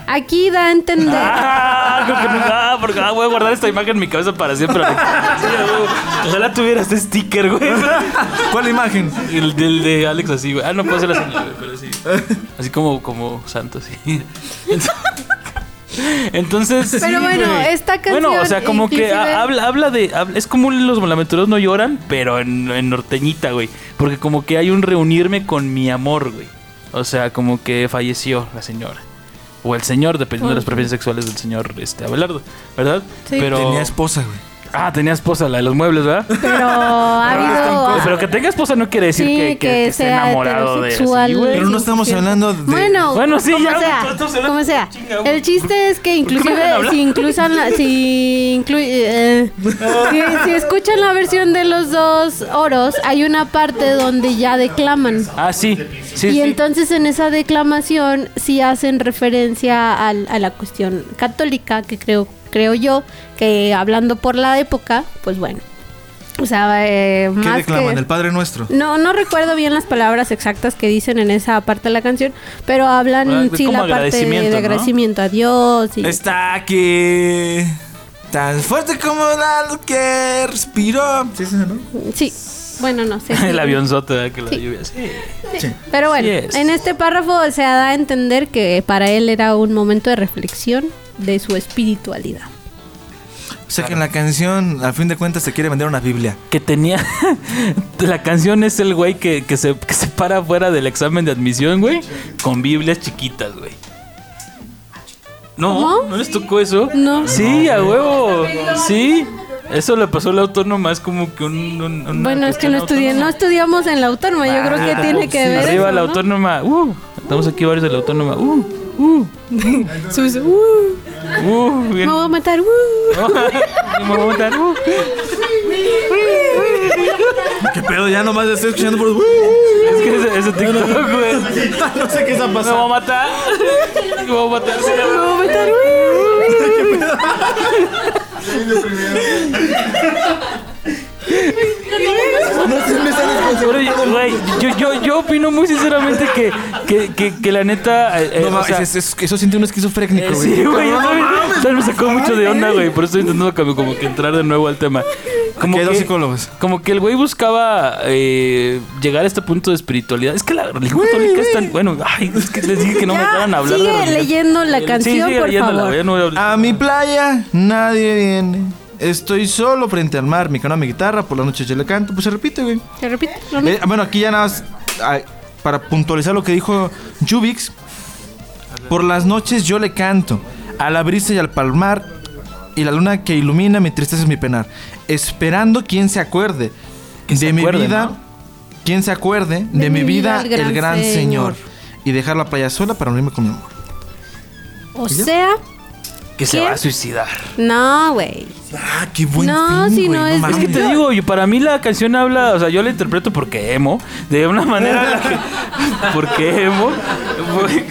S3: aquí da a entender.
S2: Ah, algo que no ah, porque ah, voy a guardar esta imagen en mi cabeza para siempre. Sí, güey. Ojalá tuviera este sticker, güey.
S1: ¿Cuál imagen?
S2: El del de Alex así, güey. Ah, no puedo hacer así, güey, pero sí. Así como, como santo, sí. Entonces. sí,
S3: Pero bueno,
S2: güey.
S3: esta
S2: Bueno, o
S3: canción
S2: sea, como que
S3: inclusive-
S2: ha- habla, habla de. habla- es como los malaventurados no lloran, pero en, en norteñita, güey. Porque como que hay un reunirme con mi amor, güey. O sea, como que falleció la señora. O el señor, dependiendo de las preferencias sexuales del señor este Abelardo, ¿verdad?
S3: Sí.
S2: Pero.
S1: Tenía esposa, güey.
S2: Ah, tenía esposa, la de los muebles, ¿verdad?
S3: Pero ha habido. ah,
S2: Pero que tenga esposa no quiere decir
S3: Sí,
S2: que, que,
S3: que
S2: que esté
S3: sea
S2: enamorado de
S3: heterosexual. este,
S2: sí, güey.
S1: Pero no estamos hablando de...
S3: Bueno,
S2: Bueno, sí,
S3: como
S2: ya,
S3: sea,
S2: güey, estamos hablando
S3: como
S2: de
S3: sea.
S2: chinga, güey.
S3: El chiste es
S2: qué me
S3: que
S2: dejan
S3: inclusive
S2: hablar?
S3: si inclusan la, si, inclu- eh, si- si escuchan la versión de los dos oros, hay una parte donde ya declaman.
S2: Ah, sí. sí,
S3: y
S2: sí.
S3: entonces en esa declamación sí hacen referencia al- a la cuestión católica, que creo, creo yo, que hablando por la época, pues bueno. O sea, eh,
S1: ¿Qué
S3: más
S1: declaman?
S3: que...
S1: El Padre Nuestro.
S3: No, no recuerdo bien las palabras exactas que dicen en esa parte de la canción, pero hablan
S2: Ah, es
S3: sí
S2: como
S3: la parte de,
S2: agradecimiento, ¿no?
S3: agradecimiento a Dios y
S1: Está aquí. Tan fuerte como la luz que respiró. Sí, sí, ¿no?
S3: sí, bueno, no sé.
S2: El avionzote, ¿verdad? Que la
S3: Sí.
S2: lluvia. Sí.
S3: Pero bueno,
S2: Sí es.
S3: en este párrafo se da a entender que para él era un momento de reflexión de su espiritualidad.
S1: O sea que en la canción, al fin de cuentas, se quiere vender una Biblia.
S2: que tenía. la canción es el güey que, que se, que se para fuera del examen de admisión, güey, con Biblias chiquitas, güey. No,
S3: ¿Cómo?
S2: ¿no les tocó eso?
S3: No.
S2: Sí, a huevo. Sí. Eso le pasó a la autónoma, es como que un. un- una
S3: bueno, es que
S2: cuestión
S3: no estudié, no
S2: autónoma. Ah,
S3: estudiamos en la autónoma, yo creo que tiene que ver.
S2: Arriba
S3: eso,
S2: la
S3: ¿no?
S2: autónoma. Uh, estamos aquí varios de la autónoma. Uh, uh,
S3: Sus- uh,
S2: uh.
S3: me
S2: Bien.
S3: voy a matar. uh.
S2: Me voy a botar, uh.
S1: ¿Qué pedo? Ya nomás estoy escuchando por.
S2: Es que ese, ese TikTok, güey.
S1: no sé qué está
S2: Me voy a matar. Me voy a matar. sí,
S3: Me
S2: güey.
S3: voy a matar.
S2: Pero, güey, yo, yo, yo opino muy sinceramente que, que, que, que la neta. eh, eh,
S1: No,
S2: o
S1: mames,
S2: sea,
S1: es- es- eso siente un esquizofrénico,
S2: eh,
S1: güey.
S2: sí, güey, yo también, también me sacó mucho de onda, güey. Por eso estoy intentando como, como que entrar de nuevo al tema. Como
S1: Aquí hay dos
S2: que-
S1: psicólogos.
S2: Como que el güey buscaba eh, llegar a este punto de espiritualidad. Es que la religión católica es tan. Bueno, ay, es que les dije que no me
S3: Ya,
S2: dejaran hablar de
S3: sigue
S2: religión.
S3: leyendo la
S2: Sí,
S3: canción,
S2: sigue
S3: por
S2: leyéndola,
S3: favor. Ah,
S2: ya no voy a hablar.
S1: A mi playa nadie viene. Estoy solo frente al mar, mi canal, mi guitarra, por la noche yo le canto. Pues se repite, güey.
S3: ¿Te repito?
S1: Eh, bueno, aquí ya nada más ay, para puntualizar lo que dijo Jubix. Por las noches yo le canto a la brisa y al palmar y la luna que ilumina mi tristeza y mi penar, esperando quien se acuerde de
S2: se
S1: mi
S2: acuerde,
S1: vida,
S2: ¿no?
S1: quien se acuerde de, mi vida, el gran, señor. y dejar la playa sola para unirme con mi amor.
S3: O sea,
S2: que se
S3: ¿Qué?
S2: va a suicidar.
S3: no, güey.
S1: Ah, qué
S3: buen No, fin, si güey, no no es- mames.
S2: Es que te digo, yo, para mí la canción habla, o sea, yo la interpreto porque emo, de una manera en la que. Porque emo,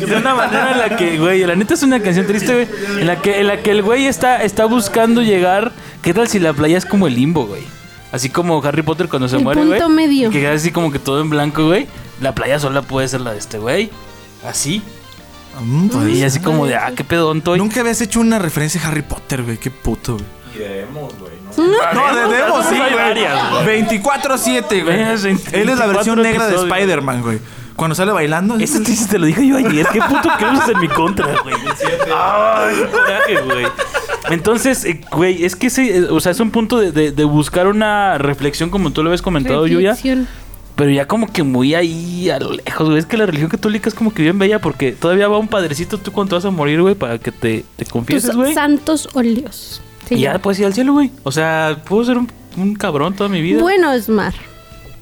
S2: de una manera en la que, güey, la neta es una canción triste, güey, en la que, en la que el güey está, está buscando llegar. ¿Qué tal si la playa es como el limbo, güey? Así como Harry Potter cuando se
S3: El
S2: muere,
S3: punto
S2: güey.
S3: medio.
S2: Que queda así como que todo en blanco, güey. La playa sola puede ser la de este güey. Así.
S1: Mm, pues,
S2: Y así como de, ah, qué pedón estoy.
S1: Nunca habías hecho una referencia a Harry Potter, güey. Qué puto, güey.
S5: Y debemos, güey. ¿no?
S1: No, de Demo sí,
S2: Hay
S1: güey.
S2: varias,
S1: 24-7, güey.
S2: Varias,
S1: Él es la
S2: 24
S1: versión negra de
S2: episodios.
S1: Spider-Man, güey. Cuando sale bailando.
S2: Ese chiste te lo dije yo ayer. ¿Qué puto que usas en mi contra, güey? Ay, qué coraje, güey. Entonces, eh, güey, es que ese, eh, o sea, es un punto de, de- de buscar una reflexión, como tú lo habías comentado, Yuya.
S3: Reflexión.
S2: Pero ya como que muy ahí a lo lejos, güey. Es que la religión católica es como que bien bella porque todavía va un padrecito tú cuando te vas a morir, güey, para que te, te
S3: Tus
S2: confieses, güey.
S3: santos óleos. se
S2: Y ya
S3: llama.
S2: puedes ir al cielo, güey. O sea, puedo ser un, un cabrón toda mi vida.
S3: Bueno, Osmar,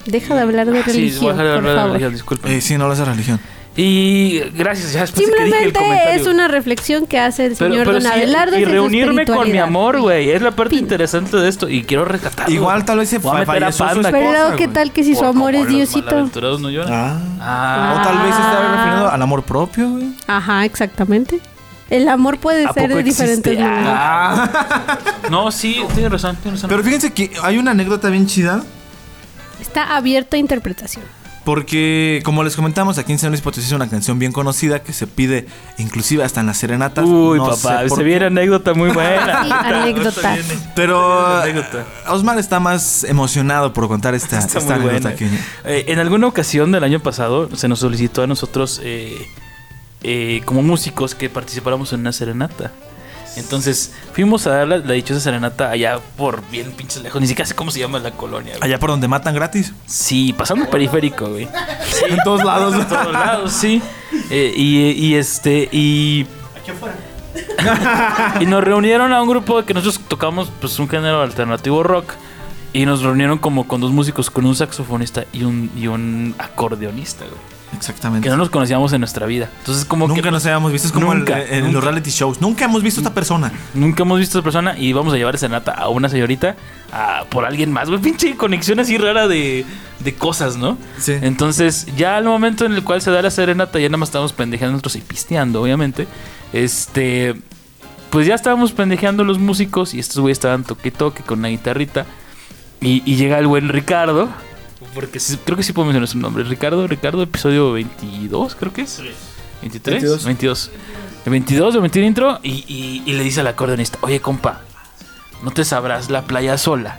S3: deja de hablar de
S2: Ah, sí,
S3: religión,
S2: voy a dejar de
S3: por
S2: hablar de
S3: favor.
S2: religión, disculpen.
S1: Eh, sí, no lo hace religión.
S2: Y gracias, ya después de que dije el
S3: Simplemente
S2: comentario.
S3: es una reflexión que hace el señor Don
S2: sí,
S3: Abelardo.
S2: y
S3: desde su
S2: reunirme con mi
S3: espiritualidad.
S2: amor, güey. Es la parte
S3: Fin.
S2: interesante de esto. Y quiero rescatar.
S1: Igual tal vez se
S2: Voy a
S1: fa-
S2: meter
S1: falleció
S2: a
S1: su
S2: Panda,
S1: esposa,
S3: Pero luego, ¿qué
S1: güey.
S3: tal que si su amor es Diosito?
S2: no lloran.
S1: Ah.
S2: Ah.
S1: O tal vez se está refiriendo al amor propio, güey.
S3: Ajá, exactamente. El amor puede
S2: ¿A
S3: ser
S2: poco
S3: de diferentes
S2: existe? Ah.
S3: maneras.
S2: No, sí, tiene razón, tiene razón.
S1: Pero fíjense que hay una anécdota bien chida.
S3: Está abierto a interpretación.
S1: Porque, como les comentamos, aquí en San Luis Potosí es una canción bien conocida que se pide inclusive hasta en las serenatas.
S2: Uy,
S1: No
S2: papá,
S1: sé por
S2: se
S1: qué.
S2: viene anécdota muy
S3: Sí,
S2: buena.
S3: anécdotas.
S1: Pero eh,
S2: Anécdota.
S1: Osmar está más emocionado por contar esta,
S2: Está
S1: esta
S2: muy
S1: anécdota
S2: buena.
S1: que-
S2: Eh, en alguna ocasión del año pasado se nos solicitó a nosotros eh, eh, como músicos que participáramos en una serenata. Entonces fuimos a dar la, la dichosa serenata allá por bien pinches lejos, ni siquiera sé cómo se llama la colonia. güey.
S1: Allá por donde matan gratis.
S2: Sí, pasando el periférico, güey.
S1: En todos lados.
S2: Por todos lados, sí. Eh, y, y este, y...
S5: Aquí afuera.
S2: Y nos reunieron a un grupo que nosotros tocamos pues un género alternativo rock. Y nos reunieron como con dos músicos, con un saxofonista y un, y un acordeonista, güey.
S1: Exactamente.
S2: Que no nos conocíamos en nuestra vida. Entonces como
S1: nunca
S2: que
S1: nos habíamos visto. Es como
S2: Nunca,
S1: el- en
S2: nunca.
S1: los reality shows. Nunca hemos visto a esta persona.
S2: nunca hemos visto a esa persona y vamos a llevar esa nata a una señorita a- por alguien más, güey. Pinche conexión así rara de, de cosas, ¿no?
S1: Sí.
S2: Entonces, ya al momento en el cual se da la serenata, ya nada más estábamos pendejeando nosotros y pisteando, obviamente. Este. Pues ya estábamos pendejeando los músicos y estos güeyes estaban toque y toque con la guitarrita. Y, y llega el buen Ricardo. Porque sí- creo que sí puedo mencionar su nombre. Ricardo, Ricardo, episodio 22, creo que es. 23, 22. 22. El 22 de meter intro y, y- y le dice al acordeonista, oye compa, no te sabrás la playa sola.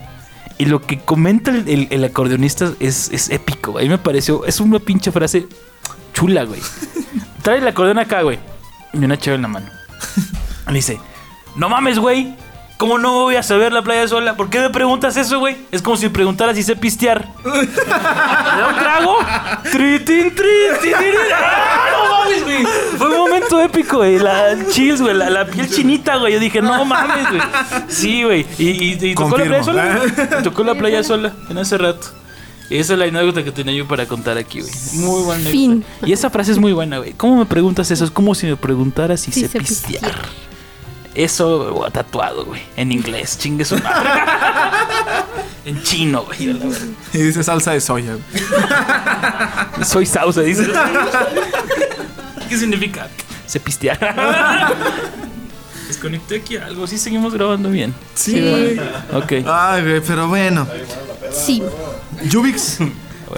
S2: Y lo que comenta el, el- el acordeonista es, es épico. A mí me pareció, es una pinche frase chula, güey. Trae el acordeón acá, güey. Y una chévere en la mano. Le dice, no mames, güey. ¿Cómo no voy a saber la playa sola? ¿Por qué me preguntas eso, güey? Es como si me preguntaras si sé pistear. ¿Le da un trago? Tri, tin, tri, ti, ti, ri. ¡Ah, no mames, güey! Fue un momento épico, güey. La chills, güey. La, la piel chinita, güey. Yo dije, no mames, güey. Sí, güey. Y, y- y tocó la playa
S1: Confirmo.
S2: sola. güey. Y Tocó la playa sola en hace rato. Esa es la anécdota que tenía yo para contar aquí, güey. Muy buena anécdota.
S3: Fin.
S2: Y esa frase es muy buena, güey. ¿Cómo me preguntas eso? Es como si me preguntaras si
S3: Sí,
S2: sé
S3: sé
S2: pistear.
S3: pistear.
S2: Eso güey, tatuado, güey. En inglés. Chingue su madre. en chino, güey. a la verga.
S1: Y dice salsa de soya.
S2: Soy sauce, dice. ¿Qué significa? Se pistear. Desconecté aquí algo, sí seguimos grabando bien.
S1: Sí.
S3: Sí.
S2: Ok.
S1: Ay, güey, pero bueno.
S3: Sí.
S1: Yubix,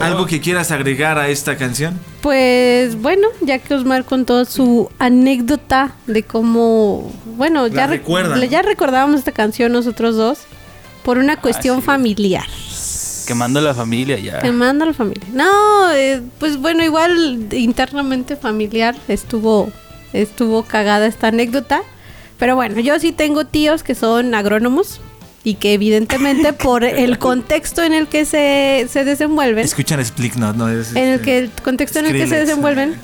S1: ¿algo que quieras agregar a esta canción?
S3: Pues bueno, ya que Osmar contó su anécdota de cómo, bueno, ya, rec-
S1: recuerda.
S3: le- ya recordábamos esta canción nosotros dos por una cuestión
S2: sí. Ah.
S3: familiar.
S2: Quemando a la familia ya.
S3: Te manda la familia. No, eh, pues bueno, igual internamente familiar estuvo, estuvo cagada esta anécdota. Pero bueno, yo sí tengo tíos que son agrónomos y que evidentemente por el contexto en el que se, se desenvuelven
S1: Escuchan Splicknot, ¿no? Es,
S3: en el
S1: este,
S3: que el contexto en el que se
S1: Skrillex.
S3: desenvuelven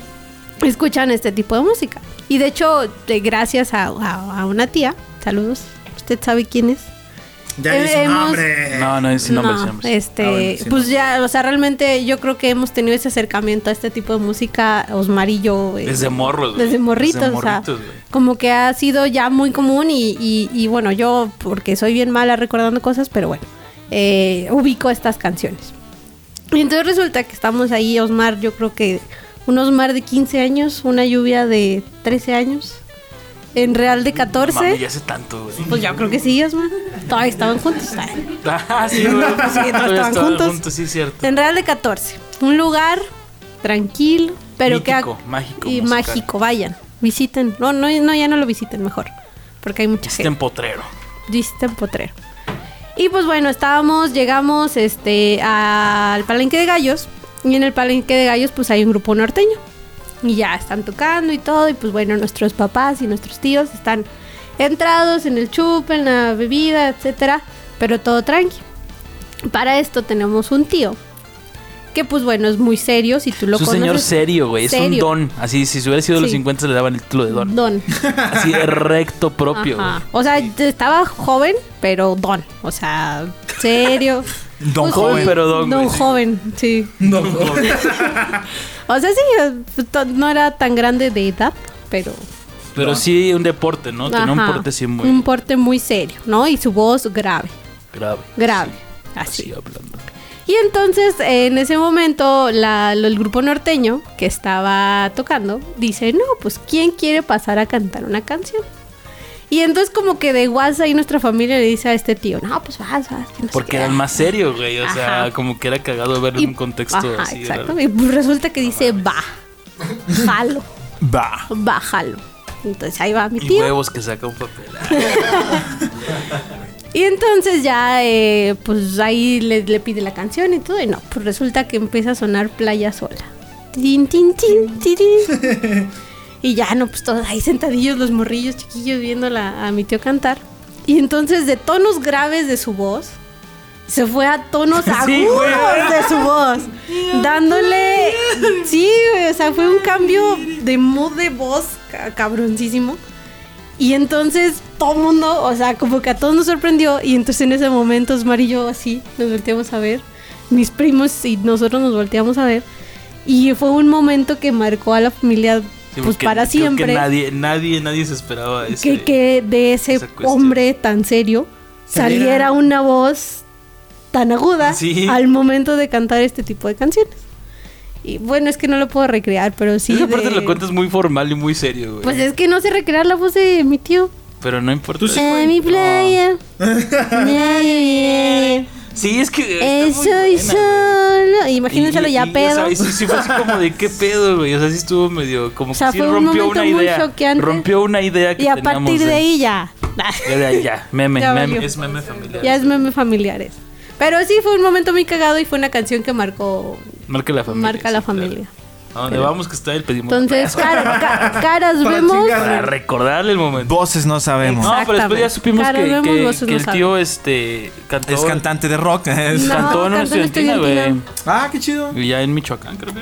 S3: escuchan este tipo de música. Y de hecho, eh, gracias a, a- a una tía, saludos, usted sabe quién es.
S5: Ya
S3: Eh,
S5: dice
S3: hemos-
S5: nombre.
S2: No, no, sin nombre, sin
S3: No,
S2: nombre.
S3: este,
S1: Ah, bueno, sin
S3: pues ya, o sea, realmente yo creo que hemos tenido ese acercamiento a este tipo de música, Osmar y yo. eh,
S2: Desde morros, güey.
S3: Desde morritos,
S2: Desde
S3: o sea,
S2: morritos, güey.
S3: como que ha sido ya muy común y, y- y bueno, yo, porque soy bien mala recordando cosas, pero bueno, eh, ubico estas canciones. Y entonces resulta que estamos ahí, Osmar, yo creo que un Osmar de 15 años, una lluvia de 13 años, en Real de 14.
S2: Mami, ya hace tanto, güey.
S3: Pues yo creo que sí, Osmar. Todavía estaban juntos. ay.
S2: Ah, sí, güey.
S3: Sí, no,
S2: Todavía
S3: estaban juntos.
S2: sí, es cierto.
S3: En Real de 14. Un lugar tranquilo, pero
S2: Mítico,
S3: que... ha-
S2: mágico,
S3: Y
S2: musical.
S3: mágico, vayan. Visiten. No, no, no, ya no lo visiten mejor. Porque hay mucha
S2: Está en
S3: gente.
S2: potrero.
S3: Visiten Potrero. Y pues bueno, estábamos, llegamos este al palenque de gallos. Y en el palenque de gallos, pues hay un grupo norteño. Y ya están tocando y todo. Y pues bueno, nuestros papás y nuestros tíos están entrados en el chup, en la bebida, etcétera. Pero todo tranqui. Para esto tenemos un tío. Que pues bueno, es muy serio. Si tú lo
S2: Es un
S3: conoces.
S2: señor serio, güey. Es un
S3: Serio.
S2: don. Así, si se hubiera sido de los
S3: Sí.
S2: 50 le daban el título de don.
S3: Don.
S2: Así de recto propio, güey.
S3: Ajá. O sea, estaba joven, pero don. O sea, serio.
S1: Don joven,
S2: pero don,
S3: Don
S2: güey.
S3: joven, sí.
S5: No,
S3: O sea, sí, eh, to- no era tan grande de edad, pero.
S2: Pero sí un deporte, ¿no? Tenía un
S3: ajá,
S2: porte sí muy
S3: Un porte muy serio, ¿no? Y su voz grave,
S2: grave.
S3: grave.
S2: Así
S3: Así.
S2: hablando.
S3: Y entonces, en ese momento, la- lo- el grupo norteño que estaba tocando dice: No, pues, ¿quién quiere pasar a cantar una canción? Y entonces, como que de WhatsApp ahí nuestra familia le dice a este tío: No, pues vas, vas. que no sé
S2: Porque
S3: qué".
S2: era el más serio, güey. O sea,
S3: Ajá.
S2: como que era cagado verlo
S3: Y-
S2: en un contexto
S3: ajá,
S2: así. era-
S3: Exacto. Y pues, resulta que dice: Va, jalo,
S1: va.
S3: bájalo. Entonces ahí va mi
S2: Y
S3: tío.
S2: huevos que saca un papel. ah,
S3: Y entonces ya, eh, pues ahí le, le pide la canción y todo, y no, pues resulta que empieza a sonar Playa Sola. Tin, tin, tin, tirirín. Y ya, no, pues todos ahí sentadillos, los morrillos chiquillos, viendo la- a mi tío cantar. Y entonces de tonos graves de su voz, se fue a tonos
S2: Sí,
S3: agudos
S2: güey.
S3: de su voz. Dándole... Sí, güey, o sea, fue un cambio de mood de voz ca- cabroncísimo. Y entonces todo el mundo, o sea, como que a todos nos sorprendió. Y entonces en ese momento Osmar y yo así nos volteamos a ver. Mis primos y nosotros nos volteamos a ver. Y fue un momento que marcó a la familia
S2: Sí,
S3: pues
S2: porque
S3: para
S2: creo
S3: siempre.
S2: Que nadie, nadie, nadie se esperaba eso.
S3: que, que de ese
S2: esa cuestión.
S3: hombre tan serio
S5: Saliera-
S3: saliera una voz tan aguda
S2: Sí.
S3: al momento de cantar este tipo de canciones. Y bueno, es que no lo puedo recrear, pero sí.
S2: Esa parte
S3: de-
S2: lo cuentas muy formal y muy serio, güey.
S3: Pues es que no sé recrear la voz de mi tío.
S2: Pero no importa.
S3: En Eh, mi playa. Nadie viene.
S2: Sí, es que. está
S3: Eh,
S2: muy
S3: Soy
S2: buena, güey.
S3: solo. Imagínenselo
S2: Y- y-
S3: ya
S2: y, o
S3: pedo.
S2: sea, y sí, sí fue así como de qué pedo, güey. O sea, sí estuvo medio. Como
S3: O sea,
S2: que sí
S3: fue un
S2: rompió
S3: momento
S2: una
S3: muy
S2: idea.
S3: choqueante.
S2: Rompió una idea que
S3: Y a
S2: teníamos
S3: partir de ahí ya.
S2: Ya, ya, ya, meme,
S3: Ya
S2: meme.
S3: valió.
S2: Es meme familiar.
S3: Ya es meme familiares. Pero sí, fue un momento muy cagado y fue una canción que marcó
S2: Marca la familia.
S3: Marca la
S2: sí, claro.
S3: familia.
S2: A donde vamos que está el pedimos.
S3: Entonces, pues, cara- ca- caras
S5: Para
S3: vemos.
S5: chingar.
S2: Para recordarle el momento.
S1: Voces no sabemos.
S2: No, pero después ya
S3: Exactamente.
S2: supimos
S3: Cara,
S2: que,
S3: vemos,
S2: que-
S3: voces
S2: que
S3: no
S2: el tío este cantó.
S1: Es cantante de rock. es-
S3: No.
S2: Cantó en una
S3: cantó en
S2: estudiantina, güey.
S3: estudiantina.
S1: Ah, qué chido.
S2: Y ya en Michoacán, creo que.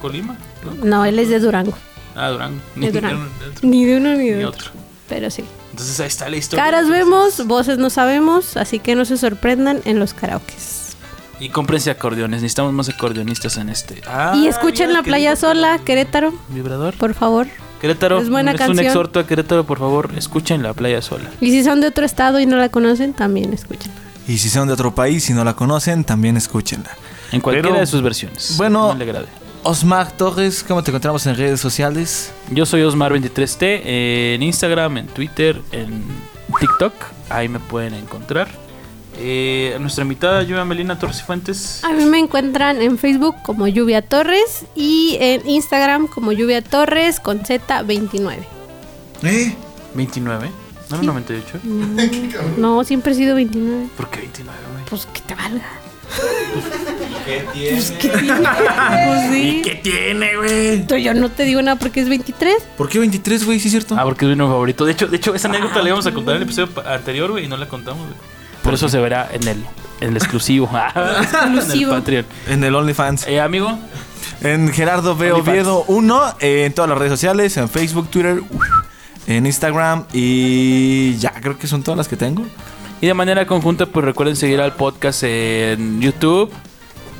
S2: Colima. ¿no?
S3: No, él es de Durango.
S2: Ah, Durango.
S3: De Durango.
S2: Ni-
S3: Ni de uno ni
S2: ni
S3: de otro.
S2: otro.
S3: Pero sí.
S2: Entonces ahí está la historia.
S3: Caras vemos, voces no sabemos, así que no se sorprendan en los karaokes.
S2: Y cómprense acordeones. Necesitamos más acordeonistas en este. Ah,
S3: y escuchen
S2: mira,
S3: La
S2: qué
S3: Playa
S2: lindo.
S3: Sola, Querétaro,
S2: Vibrador.
S3: por favor.
S2: Querétaro.
S3: Es buena
S2: un
S3: canción.
S2: exhorto a Querétaro, por favor. Escuchen La Playa Sola.
S3: Y si son de otro estado y no la conocen, también escuchen.
S1: Y si son de otro país y no la conocen, también escúchenla.
S2: En cualquiera
S1: Pero-
S2: de sus versiones.
S1: Bueno.
S2: No le agrade.
S1: Osmar Torres, ¿cómo te encontramos en redes sociales?
S2: Yo soy Osmar23T en Instagram, en Twitter, en TikTok. Ahí me pueden encontrar. Eh, nuestra invitada, yo, Melina Torres Fuentes.
S3: A mí me encuentran en Facebook como Lluvia Torres y en Instagram como Lluvia Torres con Z29.
S1: ¿Eh?
S2: 29. No era 98.
S3: Mm. No, siempre he sido 29.
S2: ¿Por qué 29, güey?
S3: Pues que te valga. Pues que tiene. Pues sí.
S2: ¿Qué tiene, güey?
S3: Pero Yo no te digo nada porque es 23.
S1: ¿Por qué 23, güey? ¿Sí es cierto?
S2: Ah, porque es mi nuevo favorito. De hecho, de hecho esa anécdota la íbamos a contar en el episodio pa- anterior, güey, y no la contamos, güey. Por eso se verá en el, en el exclusivo.
S3: Exclusivo.
S2: en el Patreon.
S1: En el OnlyFans.
S2: Eh, amigo,
S1: En Gerardo B.
S2: OnlyFans.
S1: Oviedo 1, eh, en todas las redes sociales, en Facebook, Twitter, en Instagram y ya, creo que son todas las que tengo.
S2: Y de manera conjunta, pues recuerden seguir al podcast en YouTube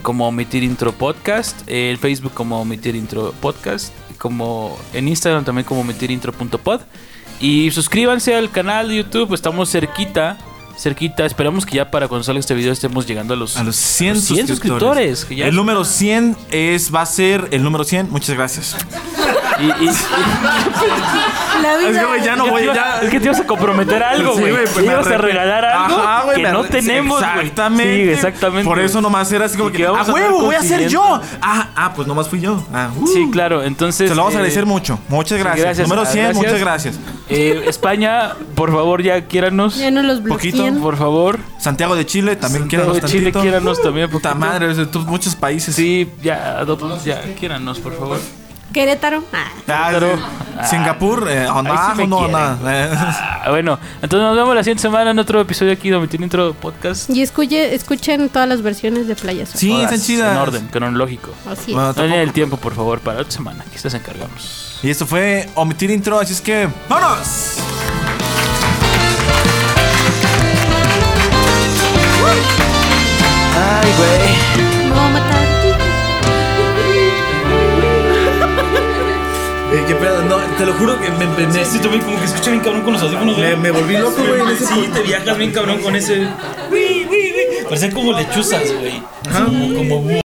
S2: como Omitir Intro Podcast, en Facebook como Omitir Intro Podcast, como en Instagram también como omitirintro.pod. Y suscríbanse al canal de YouTube, estamos cerquita, cerquita. Esperamos que ya para cuando salga este video estemos llegando a los,
S1: A los 100,
S2: 100 suscriptores. que ya-
S1: El número 100 es, va a ser el número 100. Muchas gracias.
S2: y- y-
S3: La vida.
S1: Es que, güey, ya no voy, ya.
S2: Es que te ibas a comprometer a algo,
S1: Sí,
S2: güey.
S1: güey, pues
S2: Te
S1: me
S2: ibas a
S1: arrepentí.
S2: regalar algo
S1: Ajá, güey,
S2: que que no tenemos, güey.
S1: Exactamente.
S2: Sí, exactamente.
S1: Por eso nomás era así como
S2: Y
S1: que,
S2: que
S1: ¡a
S2: vamos a
S1: huevo!
S2: andar
S1: ¡Voy a ser yo!
S2: consiguiendo.
S1: Ah, ah, pues nomás fui yo. Ah, uh.
S2: Sí, claro, entonces...
S1: Se lo vamos a
S2: eh,
S1: agradecer mucho. Muchas
S2: sí,
S1: gracias. Número
S2: Ah,
S1: 100, muchas gracias.
S2: Eh, España, por favor, ya quiéranos.
S3: Ya no los
S1: Poquito,
S3: bloquean.
S2: Por favor.
S1: Santiago de Chile, también
S2: Santiago
S1: quiéranos
S2: de Chile,
S1: tantito.
S2: quiéranos también,
S1: Puta
S2: poquito.
S1: madre, es de tu- muchos países.
S2: Sí, ya, adop- ya, quiéranos, por favor.
S3: Querétaro. Ah.
S1: Ah,
S2: Claro.
S1: sí. Singapur, eh,
S2: ahí sí me
S1: no, no,
S2: quieren.
S1: nada.
S2: Ah, bueno, entonces nos vemos la siguiente semana en otro episodio aquí de Omitir Intro Podcast.
S3: Y escuche, escuchen todas las versiones de Playa Sol.
S1: Sí,
S2: Todas
S1: están chidas.
S2: En orden, cronológico.
S3: Así es.
S1: Bueno,
S2: No
S1: tampoco-
S2: en el tiempo, por favor, para otra semana. Aquí se encargamos.
S1: Y esto fue omitir intro, así es que ¡vámonos!
S2: Ay, güey.
S3: Me voy a matar.
S5: qué pedo, no, te lo juro que me, me,
S6: Sí, tú bien, como que escucha bien cabrón con los audífonos,
S5: me-
S6: güey.
S5: me volví loco, güey. en ese
S6: Sí, te viajas bien cabrón con ese. Parecen como lechuzas, güey. Como, como búho.